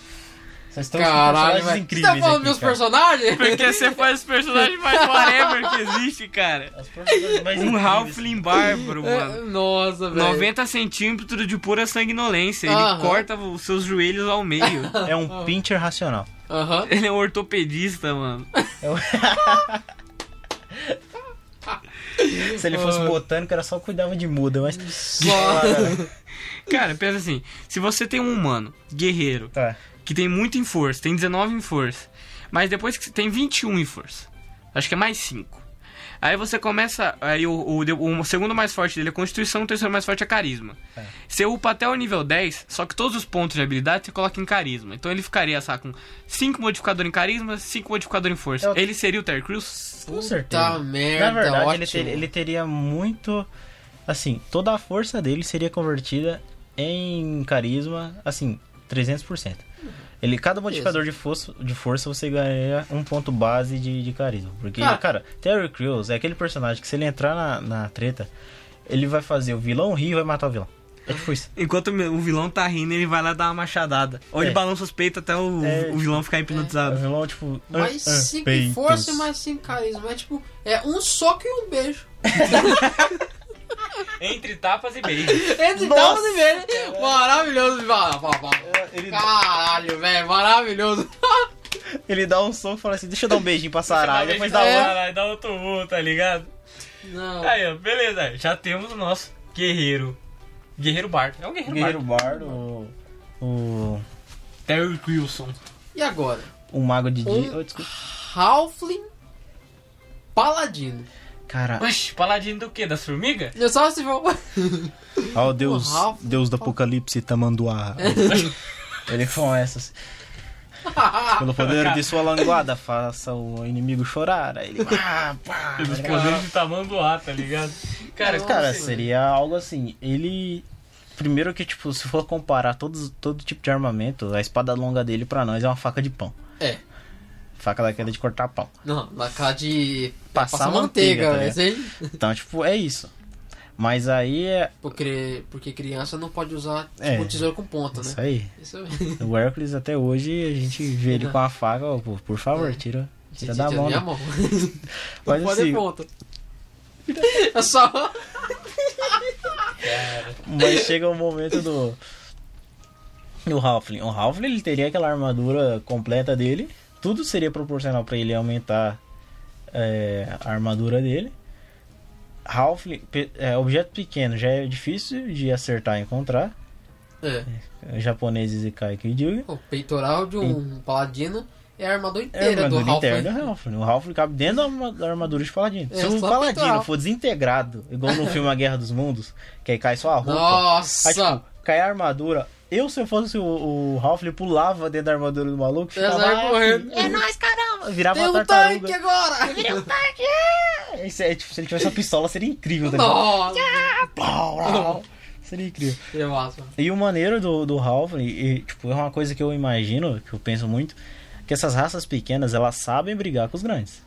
Speaker 3: vocês estão
Speaker 1: caralho, velho. Você tá falando
Speaker 3: aqui,
Speaker 1: meus
Speaker 3: cara.
Speaker 1: personagens?
Speaker 2: Porque você faz os personagens mais whatever que existe, cara.
Speaker 3: As personagens mais
Speaker 2: Um
Speaker 3: incríveis.
Speaker 2: Halfling Bárbaro, mano.
Speaker 1: É, Nossa, velho.
Speaker 2: 90 centímetros de pura sanguinolência. Ele
Speaker 1: Aham.
Speaker 2: corta os seus joelhos ao meio.
Speaker 3: É um pincher racional.
Speaker 1: Aham.
Speaker 2: Ele é um ortopedista, mano.
Speaker 3: Se ele fosse botânico, era só cuidava de muda, mas. né?
Speaker 1: Só.
Speaker 2: Cara, pensa assim: se você tem um humano, guerreiro,
Speaker 3: Tá.
Speaker 2: que tem muito em força, tem 19 em força, mas depois que você tem 21 em força, acho que é mais 5. Aí você começa. Aí o, o, de- o segundo mais forte dele é Constituição, o terceiro mais forte é Carisma. Você upa até o nível 10, só que todos os pontos de habilidade você coloca em Carisma. Então ele ficaria, saca, com 5 modificador em Carisma, 5 modificador em Força.
Speaker 3: Eu-
Speaker 2: Ele seria o Terry Crews?
Speaker 3: Com
Speaker 1: Tá
Speaker 3: certeza.
Speaker 1: merda,
Speaker 3: Na verdade,
Speaker 1: ótimo.
Speaker 3: ele, ter- ele teria muito. Assim, toda a força dele seria convertida em carisma, assim, 300%. Ele, cada modificador de força, de força você ganha um ponto base de, de carisma. Porque,
Speaker 1: Ah.
Speaker 3: cara, Terry Crews é aquele personagem que se ele entrar na, na treta, ele vai fazer o vilão rir e vai matar o vilão. É tipo isso.
Speaker 6: Enquanto o vilão tá rindo, ele vai lá dar uma machadada. Ou ele
Speaker 3: É.
Speaker 6: balança os peitos até o,
Speaker 3: É.
Speaker 6: o vilão ficar
Speaker 3: O
Speaker 6: hipnotizado.
Speaker 3: vilão, tipo.
Speaker 1: Mais
Speaker 3: ah, ah,
Speaker 1: cinco em
Speaker 3: peitos.
Speaker 1: força, mais cinco em carisma. É tipo, é um soco e um beijo.
Speaker 2: Entre tapas e beijos.
Speaker 1: Entre tapas e beijo. Maravilhoso. vá, vá, vá.
Speaker 3: É, Ele,
Speaker 1: Caralho, velho, maravilhoso.
Speaker 3: ele dá um soco e fala assim: deixa eu dar um beijinho pra Sarah,
Speaker 2: Você
Speaker 3: depois
Speaker 2: dá
Speaker 3: dá
Speaker 2: beijo pra
Speaker 3: outro.
Speaker 2: Sarai, dá outro mu, tá ligado?
Speaker 1: Não.
Speaker 3: É.
Speaker 2: Aí, ó, beleza. Já temos o nosso guerreiro. Guerreiro Bardo. É um guerreiro,
Speaker 3: Guerreiro
Speaker 2: guerreiro.
Speaker 3: Bardo, o. O,
Speaker 2: Bardo. Terry Wilson.
Speaker 1: E agora?
Speaker 3: o Mago de.
Speaker 1: Um-
Speaker 3: dia- Oh, desculpa.
Speaker 1: Halfling Paladino.
Speaker 3: Cara,
Speaker 2: Oxi, paladino do quê? Das formigas?
Speaker 1: Eu só se for.
Speaker 3: ó, o Deus,
Speaker 1: o Ralph-
Speaker 3: Deus do Apocalipse Tamanduá. ele começa assim: pelo poder de sua languada, faça o inimigo chorar. Aí ele. Ah, pá,
Speaker 2: Dos poderes de tamanduá, tá ligado? Cara,
Speaker 1: Nossa,
Speaker 3: Cara,
Speaker 1: Sim.
Speaker 3: seria algo assim. Ele. Primeiro que, tipo, se for comparar todos, todo tipo de armamento, a espada longa dele pra nós é uma faca de pão.
Speaker 1: É.
Speaker 3: Faca daquela de cortar pão.
Speaker 1: Não, na cara de.
Speaker 3: Passar
Speaker 1: Passa
Speaker 3: manteiga,
Speaker 1: manteiga, né?
Speaker 3: tá
Speaker 1: velho.
Speaker 3: ligado?
Speaker 1: Esse aí.
Speaker 3: Então, tipo, é isso. Mas aí é.
Speaker 1: Porque, porque criança não pode usar tipo,
Speaker 3: É.
Speaker 1: um tesouro com ponta, né?
Speaker 3: Isso aí.
Speaker 1: Isso
Speaker 3: O Hércules até hoje a gente vê ele com a faca, ó, pô, por favor,
Speaker 1: É.
Speaker 3: tira. Tira
Speaker 1: Gente,
Speaker 3: da
Speaker 1: tira
Speaker 3: mão.
Speaker 1: minha
Speaker 3: né?
Speaker 1: Não
Speaker 3: Mas
Speaker 1: pode
Speaker 3: assim,
Speaker 1: é ponta. É só.
Speaker 3: mas chega o momento do. do Halfling. O Halfling ele teria aquela armadura completa dele. Tudo seria proporcional pra ele aumentar é, a armadura dele. Halfling, pe- é, objeto pequeno já é difícil de acertar e encontrar.
Speaker 1: É.
Speaker 3: Japoneses e Kaiki Jugi.
Speaker 1: O peitoral de um paladino é a armadura
Speaker 3: É a
Speaker 1: inteira do
Speaker 3: armadura
Speaker 1: Ralph.
Speaker 3: interna do
Speaker 1: né?
Speaker 3: Halfling. O Halfling cabe dentro da arma- da armadura de Paladino.
Speaker 1: É,
Speaker 3: Se o
Speaker 1: só
Speaker 3: Paladino
Speaker 1: peitoral.
Speaker 3: for desintegrado, igual no filme A Guerra dos Mundos, que aí cai só a roupa. Aí,
Speaker 1: Nossa!
Speaker 3: tipo, cai a armadura. Eu, se eu fosse o, o Ralph, ele pulava dentro da armadura do
Speaker 1: Eu
Speaker 3: maluco. Ficava,
Speaker 1: saio
Speaker 3: "Ah,
Speaker 1: correndo."
Speaker 3: É nóis, caramba! Virava
Speaker 1: Tem
Speaker 3: uma
Speaker 1: um
Speaker 3: tartaruga.
Speaker 1: tanque agora!
Speaker 3: É, se- é, tipo, se ele tivesse uma pistola, seria incrível. Tá ligado?
Speaker 1: Nossa!
Speaker 3: Pau, pau. Seria incrível.
Speaker 1: Que massa.
Speaker 3: E o maneiro do, do Ralph, e, e, tipo, é uma coisa que eu imagino, que eu penso muito, que essas raças pequenas, elas sabem brigar com os grandes.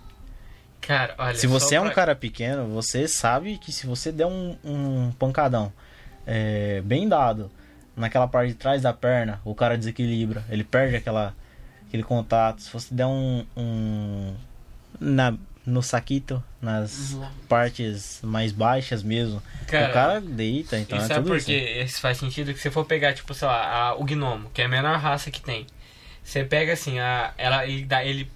Speaker 2: Cara, olha.
Speaker 3: se você
Speaker 2: só
Speaker 3: é um
Speaker 2: pra-
Speaker 3: cara pequeno, você sabe que se você der um, um pancadão é, bem dado naquela parte de trás da perna, o cara desequilibra, ele perde aquela, aquele contato. Se você der um, um na, no saquito, nas
Speaker 1: Uhum.
Speaker 3: partes mais baixas mesmo, o cara deita, então
Speaker 2: Isso
Speaker 3: é
Speaker 2: é
Speaker 3: tudo
Speaker 2: porque
Speaker 3: isso.
Speaker 2: isso faz sentido que se for pegar, tipo, sei lá, a- o gnomo, que é a menor raça que tem. Você pega assim, a, ela, ele, dá, ele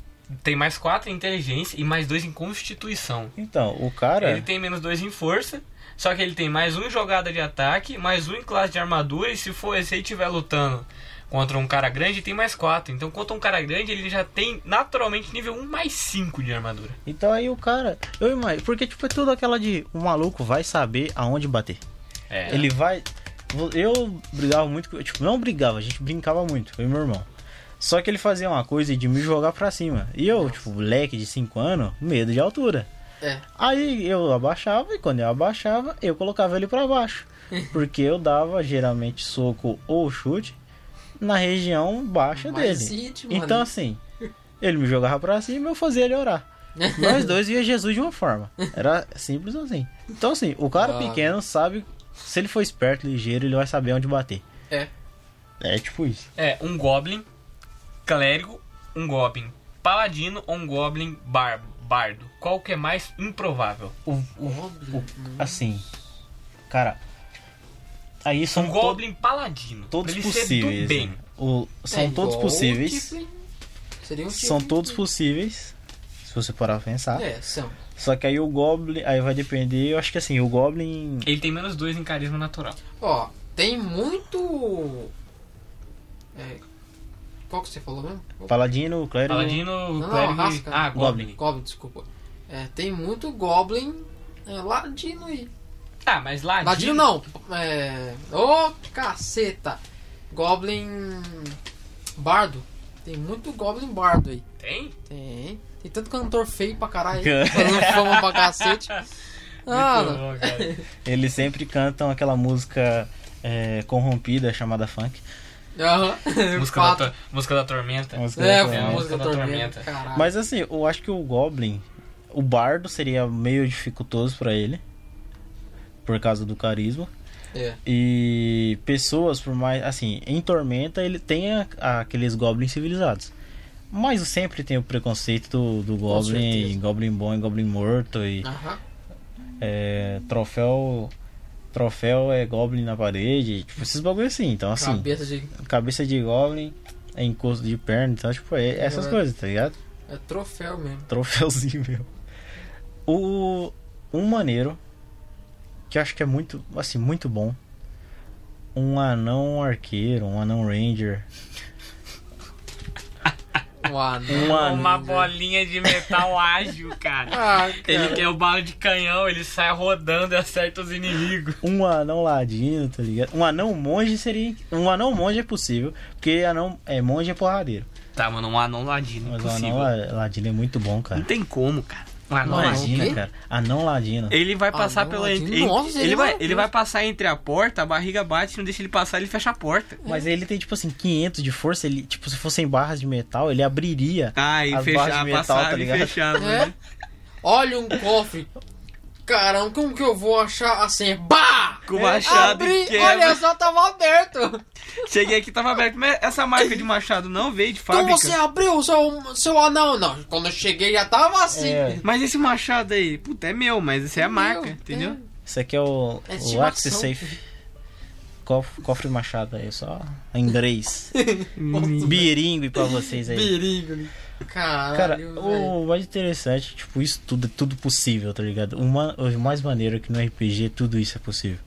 Speaker 2: tem mais 4 em inteligência e mais 2 em constituição.
Speaker 3: Então, o cara...
Speaker 2: Ele tem menos 2 em força, só que ele tem mais 1 em jogada de ataque, mais 1 em classe de armadura, e se for se ele estiver lutando contra um cara grande, tem mais 4. Então contra um cara grande, ele já tem naturalmente nível 1 mais 5 de armadura.
Speaker 3: Então aí o cara, eu imagino, porque tipo é tudo aquela de o maluco vai saber aonde bater.
Speaker 2: É.
Speaker 3: Ele vai eu brigava muito, com- tipo, não brigava, a gente brincava muito, eu e meu irmão. Só que ele fazia uma coisa de me jogar pra cima. E eu, tipo, moleque de 5 anos, medo de altura.
Speaker 1: É.
Speaker 3: Aí eu abaixava e quando eu abaixava, eu colocava ele pra baixo. Porque eu dava geralmente soco ou chute na região baixa
Speaker 1: Mais
Speaker 3: dele.
Speaker 1: íntimo,
Speaker 3: Então
Speaker 1: né?
Speaker 3: assim, ele me jogava pra cima e eu fazia ele orar. Nós dois via Jesus de uma forma. Era simples assim. Então assim, o cara
Speaker 1: Ah.
Speaker 3: pequeno sabe, se ele for esperto, ligeiro, ele vai saber onde bater.
Speaker 1: É.
Speaker 3: É tipo isso.
Speaker 2: É, um Goblin, Clérigo, um Goblin Paladino ou um Goblin bar- Bardo. Qual que é mais improvável?
Speaker 3: O, o, o-
Speaker 1: né? Hum.
Speaker 3: assim, cara, aí são
Speaker 2: Um
Speaker 3: to-
Speaker 2: Goblin Paladino.
Speaker 3: todos
Speaker 2: pra ele ser do
Speaker 3: possíveis.
Speaker 2: bem.
Speaker 3: né? O- são
Speaker 1: É
Speaker 3: todos
Speaker 1: igual o
Speaker 3: possíveis.
Speaker 1: Tiflin. Seria um
Speaker 3: São
Speaker 1: Tiflin.
Speaker 3: todos possíveis. Se você parar pra pensar.
Speaker 1: É, são.
Speaker 3: Só que aí o Goblin. Aí vai depender. Eu acho que assim, o Goblin.
Speaker 2: Ele tem menos dois em carisma natural.
Speaker 1: Ó, tem muito. É, qual que você falou mesmo?
Speaker 3: Paladino, clérigo.
Speaker 2: Paladino,
Speaker 1: Não,
Speaker 2: Clérigo
Speaker 1: não,
Speaker 2: e...
Speaker 1: rasca.
Speaker 2: Ah, Goblin.
Speaker 1: Goblin, desculpa. É, tem muito Goblin é, Ladino aí.
Speaker 2: Tá, mas Ladino...
Speaker 1: Ladino não. É. Ô, caceta! Goblin. Bardo. Tem muito Goblin Bardo aí.
Speaker 2: Tem?
Speaker 1: Tem. Tem tanto cantor feio pra caralho. aí, Fazendo fama pra cacete. Ah,
Speaker 2: Muito bom, cara.
Speaker 3: Eles sempre cantam aquela música é, corrompida chamada funk.
Speaker 1: Aham.
Speaker 5: Música da,
Speaker 1: Fato.
Speaker 5: tor- música da Tormenta.
Speaker 3: Música
Speaker 1: É,
Speaker 3: da
Speaker 1: foi a
Speaker 3: Tormenta.
Speaker 1: música da tormenta.
Speaker 5: Tormenta.
Speaker 1: Caralho.
Speaker 3: Mas assim, eu acho que o Goblin, o bardo seria meio dificultoso pra ele, por causa do carisma.
Speaker 1: É.
Speaker 3: E pessoas, por mais. Assim, em Tormenta ele tem a- a- aqueles goblins civilizados. Mas sempre tem o preconceito do, do Goblin,
Speaker 1: certeza. Ah.
Speaker 3: Goblin bom e Goblin morto. E
Speaker 1: Aham.
Speaker 3: é, troféu. Troféu é Goblin na parede. Tipo, esses bagulho assim. Então, assim,
Speaker 1: Cabeça de.
Speaker 3: cabeça de Goblin é encosto de perna. Então, tipo, é, essas
Speaker 1: É.
Speaker 3: coisas, tá ligado?
Speaker 1: É troféu mesmo.
Speaker 3: Troféuzinho meu. O um maneiro que eu acho que é muito, assim, muito bom. Um anão arqueiro, um anão ranger,
Speaker 1: Um anão.
Speaker 3: um
Speaker 5: Uma
Speaker 3: anão,
Speaker 5: bolinha de metal ágil, cara.
Speaker 1: Ah,
Speaker 5: Ele
Speaker 1: cara.
Speaker 5: tem o bala de canhão, ele sai rodando e acerta os inimigos.
Speaker 3: um anão ladino, tá ligado? Um anão monge seria, um anão monge é possível, porque anão é monge é porradeiro.
Speaker 2: Tá, mano, um anão ladino,
Speaker 3: Mas
Speaker 2: impossível.
Speaker 3: o anão la- ladino é muito bom,
Speaker 2: Não
Speaker 3: cara.
Speaker 2: tem como, cara. Um anão
Speaker 1: Mas-
Speaker 2: ladino.
Speaker 1: o quê?
Speaker 3: Imagina, cara. Anão ladino.
Speaker 2: Ele vai passar
Speaker 1: Anão
Speaker 2: pela.
Speaker 1: Ah, ladino?
Speaker 2: en- en-
Speaker 1: Nossa,
Speaker 2: ele,
Speaker 1: ele
Speaker 2: vai,
Speaker 1: vai-
Speaker 2: ele vai passar entre a porta, a barriga bate, não deixa ele passar, ele fecha a porta.
Speaker 3: Mas ele tem tipo assim 500 de força, ele, tipo, se fossem barras de metal, ele abriria.
Speaker 2: Ah, e
Speaker 3: As barras
Speaker 2: fechar,
Speaker 3: de metal,
Speaker 2: passava
Speaker 3: tá
Speaker 2: e
Speaker 3: ligado?
Speaker 2: fechava.
Speaker 1: É.
Speaker 2: né?
Speaker 1: Olha um cofre. Caramba, como que eu vou achar a senha? Bah!
Speaker 2: Com o machado e
Speaker 1: É, Abri,
Speaker 2: quebra.
Speaker 1: olha só, tava aberto. Então
Speaker 2: Cheguei aqui, tava aberto. Mas essa marca de machado não veio de
Speaker 1: Então
Speaker 2: fábrica.
Speaker 1: você abriu o seu, seu anão. Não, quando eu cheguei já tava assim.
Speaker 3: É,
Speaker 2: Mas esse machado aí, puta, é meu, mas essa é a
Speaker 1: Meu,
Speaker 2: marca,
Speaker 1: é.
Speaker 2: entendeu?
Speaker 3: Isso aqui é o,
Speaker 1: É
Speaker 3: o
Speaker 1: estimação.
Speaker 3: Axis Safe. Cof- Cofre Machado aí, só em inglês. Biringue pra vocês aí.
Speaker 1: É. Perigo. Caralho,
Speaker 3: Cara,
Speaker 1: velho.
Speaker 3: o mais interessante, tipo, isso tudo é tudo possível, tá ligado? O, ma- o mais maneiro é que no RPG tudo isso é possível.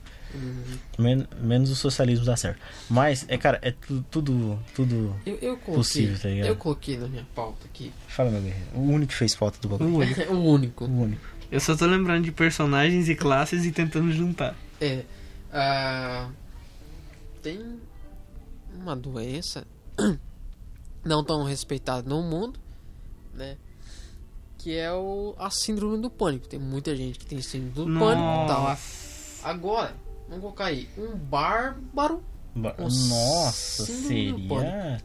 Speaker 3: Men- menos o socialismo dá certo. Mas, é, cara, é tu- tudo. tudo.
Speaker 1: Eu, eu coloquei,
Speaker 3: Possível, tá ligado?
Speaker 1: eu coloquei na minha pauta aqui.
Speaker 3: Fala, meu guerreiro. O único que fez falta do
Speaker 1: é.
Speaker 3: bagulho.
Speaker 2: Ui,
Speaker 1: o único.
Speaker 3: O único.
Speaker 2: Eu só tô lembrando de personagens e classes e tentando juntar.
Speaker 1: É. ah, tem uma doença não tão respeitada no mundo, né? Que é o, a síndrome do pânico. Tem muita gente que tem síndrome do pânico e tal.
Speaker 2: Nossa.
Speaker 1: Agora, vamos colocar aí. Um bárbaro.
Speaker 3: Ba-
Speaker 1: Nossa,
Speaker 3: Nossa,
Speaker 1: não
Speaker 3: seria.
Speaker 1: pode.
Speaker 3: Ma-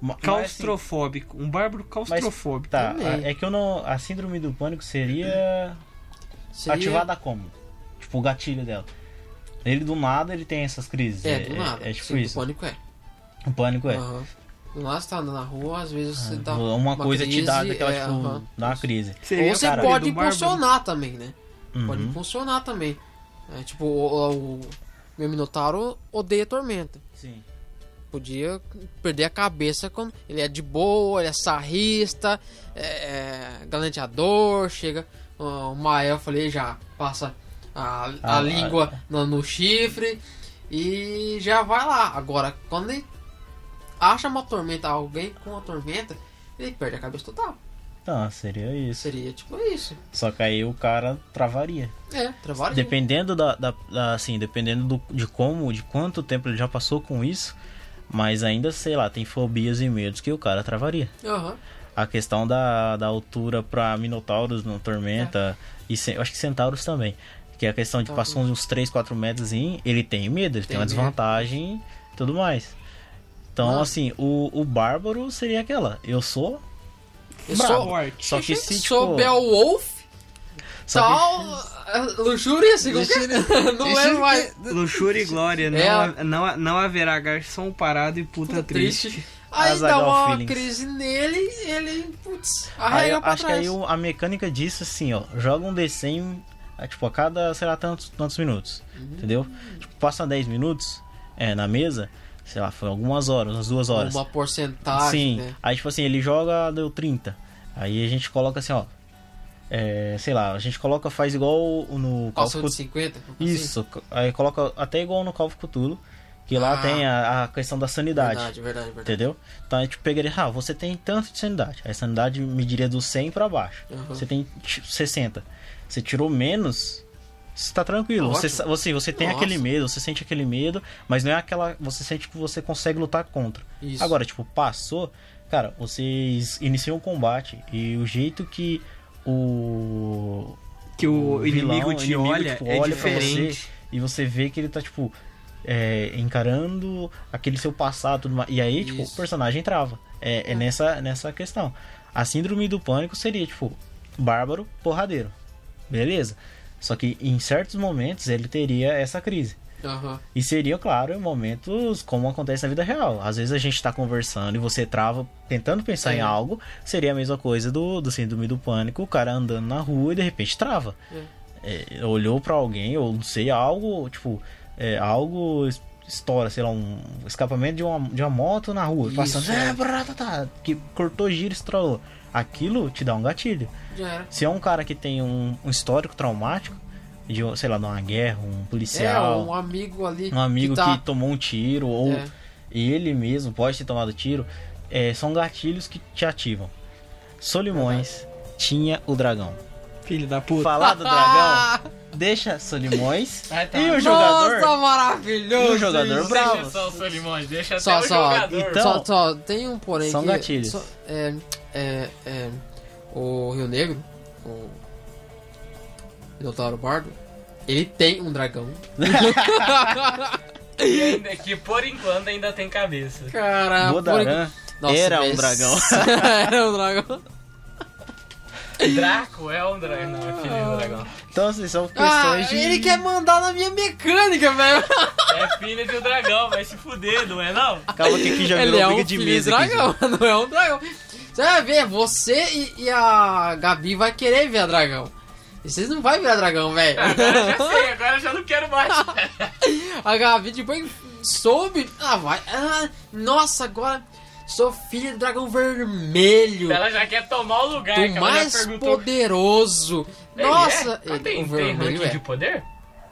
Speaker 3: mas, assim,
Speaker 2: Claustrofóbico. Um bárbaro claustrofóbico.
Speaker 3: Tá,
Speaker 1: Também.
Speaker 3: a- é que eu não. A síndrome do pânico seria.
Speaker 1: Seria,
Speaker 3: Ativada como? Tipo, o gatilho dela. Ele do nada ele tem essas crises.
Speaker 1: É, do nada.
Speaker 3: É, tipo
Speaker 1: Síndrome do
Speaker 3: isso.
Speaker 1: pânico é.
Speaker 3: O pânico é. Ah,
Speaker 1: Aham. Do nada você tá andando na rua, às vezes você dá
Speaker 3: uma, coisa te dá
Speaker 1: então, crise,
Speaker 3: daquela,
Speaker 1: é,
Speaker 3: tipo,
Speaker 1: aham.
Speaker 3: dá uma crise.
Speaker 2: Seria
Speaker 1: Ou você
Speaker 2: a cara
Speaker 1: pode
Speaker 2: do bárbaro.
Speaker 1: impulsionar também, né? Pode
Speaker 3: Uhum.
Speaker 1: impulsionar também. É, tipo, o, o- meu Minotauro odeia tormenta.
Speaker 3: Sim.
Speaker 1: Podia perder a cabeça quando ele é de boa, ele é sarrista, é, é galanteador, chega ah, ó, uma elfa ali já passa a, a
Speaker 3: Ah,
Speaker 1: língua no, no chifre e já vai lá. Agora, quando ele acha uma tormenta, alguém com a tormenta, ele perde a cabeça total.
Speaker 3: Tá, seria isso.
Speaker 1: Seria tipo isso.
Speaker 3: Só que aí o cara travaria.
Speaker 1: É, trabalho.
Speaker 3: Dependendo da, da- da- assim, dependendo do- de como, de quanto tempo ele já passou com isso, mas ainda, sei lá, tem fobias e medos que o cara travaria.
Speaker 1: Aham.
Speaker 3: A questão da, da altura pra minotauros no Tormenta, e ce- eu acho que centauros também. Que é a questão de
Speaker 1: Tá.
Speaker 3: passar uns 3, 4 metros, em, ele tem medo, ele tem,
Speaker 1: Tem
Speaker 3: uma
Speaker 1: medo.
Speaker 3: desvantagem e tudo mais. Então,
Speaker 1: Ah.
Speaker 3: assim, o, o bárbaro seria aquela. Eu sou.
Speaker 1: Eu
Speaker 3: brabo.
Speaker 1: sou
Speaker 3: Só que se
Speaker 1: sou
Speaker 3: tipo,
Speaker 1: Beowulf,
Speaker 3: só que-
Speaker 1: tal, luxúria, assim, como que é? não lembro mais.
Speaker 2: Luxúria e glória. Não,
Speaker 1: É.
Speaker 2: ha- não, não haverá garçom parado e puta,
Speaker 1: Puta
Speaker 2: triste.
Speaker 1: triste. Aí
Speaker 3: Azar
Speaker 1: dá
Speaker 3: all
Speaker 1: uma
Speaker 3: feelings.
Speaker 1: crise nele, ele, putz,
Speaker 3: Aí,
Speaker 1: arrega
Speaker 3: eu
Speaker 1: pra
Speaker 3: acho que
Speaker 1: trás.
Speaker 3: aí o- a mecânica disso, assim, ó, joga um D100, a- tipo, a cada, sei lá, tantos, tantos minutos,
Speaker 1: Hum.
Speaker 3: entendeu? Tipo, passa 10 minutos é, na mesa, sei lá, foi algumas horas, umas duas horas.
Speaker 1: Uma porcentagem,
Speaker 3: Sim,
Speaker 1: né?
Speaker 3: aí tipo assim, ele joga, deu 30. Aí a gente coloca assim, ó, é, sei lá, a gente coloca, faz igual o- no Call of
Speaker 1: Passou de
Speaker 3: Cthulhu.
Speaker 1: 50? assim.
Speaker 3: Isso, co- aí coloca até igual no Call of Cthulhu, que lá
Speaker 1: Ah.
Speaker 3: tem a, a questão da sanidade.
Speaker 1: Verdade, verdade, verdade.
Speaker 3: Entendeu? Então a gente pegaria, ah, você tem tanto de sanidade. A sanidade mediria do 100 pra baixo.
Speaker 1: Aham.
Speaker 3: Você tem t- 60. Você tirou menos, você tá tranquilo.
Speaker 1: Ótimo.
Speaker 3: Você, sa- você, você tem
Speaker 1: Nossa.
Speaker 3: aquele medo, você sente aquele medo, mas não é aquela. Você sente que você consegue lutar contra.
Speaker 1: Isso.
Speaker 3: Agora, tipo, passou. Cara, vocês iniciam o combate e o jeito que o.
Speaker 2: Que o
Speaker 3: vilão,
Speaker 2: inimigo te
Speaker 3: inimigo,
Speaker 2: olha
Speaker 3: tipo,
Speaker 2: é
Speaker 3: olha pra
Speaker 2: diferente.
Speaker 3: você e você vê que ele tá, tipo, é, encarando aquele seu passado. Tudo mais. E aí, tipo,
Speaker 1: Isso.
Speaker 3: o personagem trava. É, é nessa, nessa questão. A síndrome do pânico seria, tipo, bárbaro, porradeiro. Beleza. Só que em certos momentos ele teria essa crise.
Speaker 1: Aham.
Speaker 3: E seria, claro, momentos como acontece na vida real. Às vezes a gente tá conversando e você trava tentando pensar
Speaker 1: É.
Speaker 3: em algo. Seria a mesma coisa do, do síndrome do pânico, o cara andando na rua e de repente trava. É, olhou pra alguém, ou não sei, algo, tipo, é, algo es- estoura, sei lá, um escapamento de uma, de uma moto na rua,
Speaker 1: Isso,
Speaker 3: passando,
Speaker 1: é.
Speaker 3: "Ah, brá, tá, tá", que cortou giro, estourou. Aquilo te dá um gatilho.
Speaker 1: Já era.
Speaker 3: Se é um cara que tem um, um histórico traumático, de, um- sei lá, de uma guerra, um policial
Speaker 1: É, um amigo ali.
Speaker 3: um amigo que,
Speaker 1: tá-
Speaker 3: tomou um tiro ou
Speaker 1: É.
Speaker 3: ele mesmo pode ter tomado tiro, é, são gatilhos que te ativam. Solimões tinha o dragão.
Speaker 2: Filho da puta.
Speaker 3: Falar tá do dragão deixa Solimões
Speaker 1: tá.
Speaker 3: e o jogador.
Speaker 1: Nossa, maravilhoso!
Speaker 3: E o jogador
Speaker 1: isso.
Speaker 3: bravo.
Speaker 5: Deixa só o Solimões, deixa
Speaker 1: Só,
Speaker 5: até
Speaker 1: só,
Speaker 5: o jogador.
Speaker 3: Então-
Speaker 1: só, só, tem um porém
Speaker 3: São
Speaker 1: que...
Speaker 3: gatilhos.
Speaker 1: só- é, é, é, o Rio Negro, o Minotauro Bardo, ele tem um dragão.
Speaker 5: E ainda que por enquanto ainda tem cabeça.
Speaker 1: Cara,
Speaker 3: Vodaran
Speaker 1: Nossa,
Speaker 3: era um
Speaker 1: mas-
Speaker 3: dragão.
Speaker 1: era um dragão.
Speaker 5: Draco é um dragão, não, é filho do dragão.
Speaker 3: Então, assim, são
Speaker 1: Ah,
Speaker 3: questões de.
Speaker 1: ele quer mandar na minha mecânica, velho.
Speaker 5: É filho de um dragão, vai se fuder, não é não?
Speaker 3: Calma que aqui já
Speaker 1: Ele
Speaker 3: virou
Speaker 1: é um
Speaker 3: briga
Speaker 1: filho
Speaker 3: de
Speaker 1: de
Speaker 3: mesa. aqui,
Speaker 1: dragão, não é um dragão. Você vai ver, você e, e a Gabi vai querer ver a dragão. E vocês não vão virar dragão, velho.
Speaker 5: Agora já sei, agora já não quero mais.
Speaker 1: A Gabi depois soube. Ah, vai. Ah, nossa, agora sou filha do dragão vermelho.
Speaker 5: Ela já quer tomar o
Speaker 3: é
Speaker 5: lugar,
Speaker 1: Do
Speaker 5: cara. Ela já
Speaker 1: mais
Speaker 5: perguntou.
Speaker 1: poderoso.
Speaker 5: Ele é?
Speaker 1: Nossa,
Speaker 3: Tá
Speaker 5: Ah,
Speaker 1: ele-
Speaker 5: tem,
Speaker 1: o
Speaker 5: tem
Speaker 1: vermelho
Speaker 5: ranking de
Speaker 1: é.
Speaker 5: poder?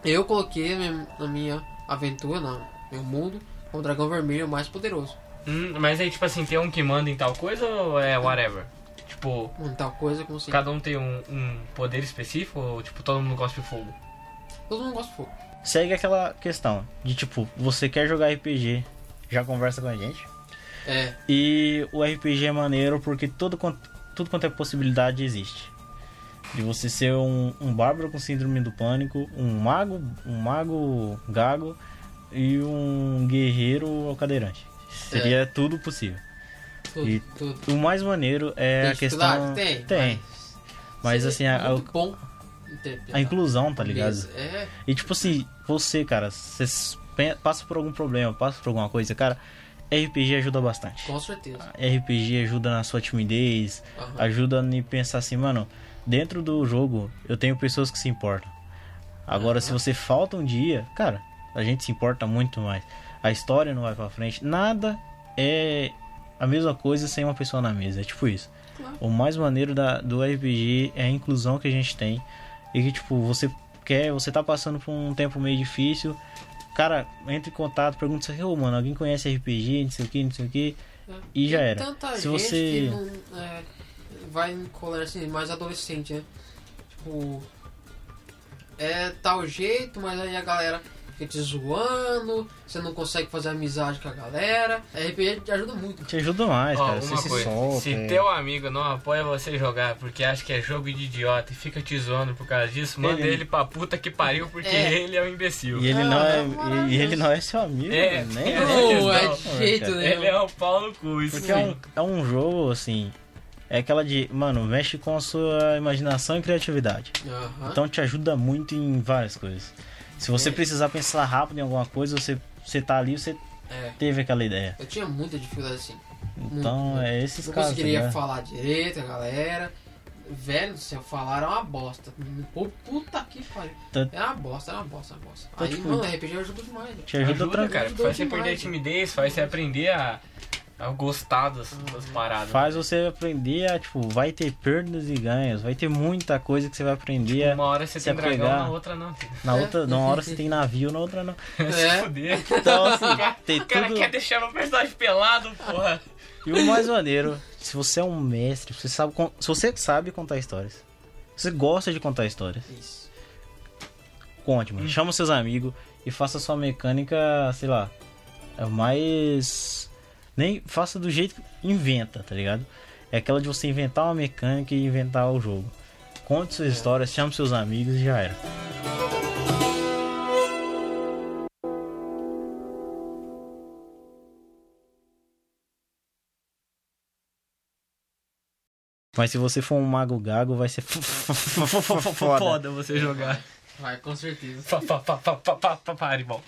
Speaker 1: Eu coloquei na minha- na minha aventura, na meu mundo, o dragão vermelho mais poderoso.
Speaker 5: Hum, mas aí, tipo assim, tem um que manda em tal coisa ou é whatever? Tipo,
Speaker 1: Hum, Tal coisa como se.
Speaker 5: cada um tem um, um poder específico ou, tipo, todo mundo gosta de fogo?
Speaker 1: Todo mundo gosta de fogo.
Speaker 3: Segue aquela questão de tipo, você quer jogar RPG, já conversa com a gente.
Speaker 1: É,
Speaker 3: E o RPG é maneiro porque todo, quan- tudo quanto é possibilidade existe. De você ser um, um bárbaro com síndrome do pânico, um mago, um mago gago e um guerreiro cadeirante. Seria
Speaker 1: É.
Speaker 3: tudo possível.
Speaker 1: tudo,
Speaker 3: E-
Speaker 1: tudo.
Speaker 3: O mais maneiro é a questão.
Speaker 1: dificuldade? Tem,
Speaker 3: Tem. Mas,
Speaker 1: Sim,
Speaker 3: assim, a-
Speaker 1: muito bom interpretar.
Speaker 3: A inclusão, tá ligado?
Speaker 1: Beleza, É,
Speaker 3: E tipo assim, você, cara, você s- pe- passa por algum problema, passa por alguma coisa, cara, RPG ajuda bastante.
Speaker 1: com certeza.
Speaker 3: RPG ajuda na sua timidez,
Speaker 1: Aham.
Speaker 3: ajuda a me pensar assim, mano, dentro do jogo eu tenho pessoas que se importam. Agora, se você falta um dia, cara, a gente se importa muito mais. A história não vai pra frente. Nada é a mesma coisa sem uma pessoa na mesa. É tipo isso.
Speaker 1: Claro.
Speaker 3: O mais maneiro da, do RPG é a inclusão que a gente tem. E que, tipo, você quer, você tá passando por um tempo meio difícil. Cara, entra em contato, pergunta se, ô, mano, alguém conhece RPG, não sei o que, não sei o que. E já
Speaker 1: Né? Tem
Speaker 3: era.
Speaker 1: Tanta
Speaker 3: Se
Speaker 1: gente que
Speaker 3: você-
Speaker 1: não, é, vai em colégio assim, mais adolescente, né? Tipo. É tal jeito, mas aí a galera fica te zoando, você não consegue fazer amizade com a galera. RPG te ajuda muito.
Speaker 3: Te ajuda mais,
Speaker 5: Ó,
Speaker 3: cara.
Speaker 5: uma
Speaker 3: Você se
Speaker 5: coisa,
Speaker 3: solta.
Speaker 5: se
Speaker 3: é.
Speaker 5: teu amigo não apoia você jogar porque acha que é jogo de idiota e fica te zoando por causa disso, manda
Speaker 3: Ele-
Speaker 5: ele, pra puta que pariu porque
Speaker 1: É.
Speaker 5: ele é um imbecil.
Speaker 3: E ele,
Speaker 1: Ah,
Speaker 3: não
Speaker 1: é
Speaker 3: é, e-
Speaker 1: maravilhoso.
Speaker 3: e ele não é seu amigo,
Speaker 5: É,
Speaker 3: nem nem-
Speaker 5: é.
Speaker 1: Não,
Speaker 5: não,
Speaker 1: é
Speaker 5: não,
Speaker 1: de jeito,
Speaker 3: cara.
Speaker 1: né?
Speaker 5: Ele é um pau no cu, isso
Speaker 3: Porque é um,
Speaker 5: sim.
Speaker 3: é um jogo, assim. É aquela de, mano, mexe com a sua imaginação e criatividade.
Speaker 5: um-
Speaker 1: Aham.
Speaker 3: Então te ajuda muito em várias coisas. Se você
Speaker 1: É.
Speaker 3: precisar pensar rápido em alguma coisa, você, você tá ali, você
Speaker 1: É,
Speaker 3: teve aquela ideia.
Speaker 1: eu tinha muita dificuldade assim.
Speaker 5: Hum.
Speaker 3: Então é esses
Speaker 1: Não
Speaker 3: casos. tá
Speaker 1: conseguiria
Speaker 3: ligado?
Speaker 1: falar direito, a galera. Velho, se eu falar era uma bosta. Pô, puta que pariu.
Speaker 3: Tá-
Speaker 1: Era uma bosta, era uma bosta, era uma bosta.
Speaker 3: Então,
Speaker 1: Aí,
Speaker 3: tipo,
Speaker 1: mano, RPG ajuda demais. né? velho.
Speaker 3: Te ajuda,
Speaker 5: Ajuda,
Speaker 3: tranquilo.
Speaker 5: cara.
Speaker 1: Ajudou
Speaker 5: Faz você
Speaker 1: demais,
Speaker 5: perder a
Speaker 1: né?
Speaker 5: timidez, faz você aprender a, a gostar das, das paradas.
Speaker 3: Faz você aprender a, tipo, vai ter perdas e ganhos, vai ter muita coisa que você vai aprender. a-
Speaker 5: Uma hora você
Speaker 3: se
Speaker 5: tem dragão,
Speaker 3: apegar.
Speaker 5: na outra não. filho.
Speaker 3: Na
Speaker 1: É.
Speaker 3: outra, numa hora você tem navio, na outra não.
Speaker 5: Se
Speaker 1: É,
Speaker 5: fuder.
Speaker 3: Então, assim,
Speaker 5: O cara-
Speaker 3: tem
Speaker 5: o cara
Speaker 3: tudo-
Speaker 5: quer deixar meu personagem pelado, porra.
Speaker 3: E o mais maneiro, se você é um mestre, você sabe, con- se você sabe contar histórias, se você gosta de contar histórias,
Speaker 1: isso.
Speaker 3: conte, mano. Chama seus amigos e faça sua mecânica, sei lá, é mais. Nem faça do jeito que inventa, tá ligado? É aquela de você inventar uma mecânica e inventar o jogo. Conte suas histórias, chame seus amigos e já era. Mas se você for um mago gago, vai ser f- f- f- f- foda.
Speaker 2: Foda você jogar.
Speaker 1: Vai, com certeza.
Speaker 5: Fa- fa- fa- fa- fa- fa- fa- Fireball.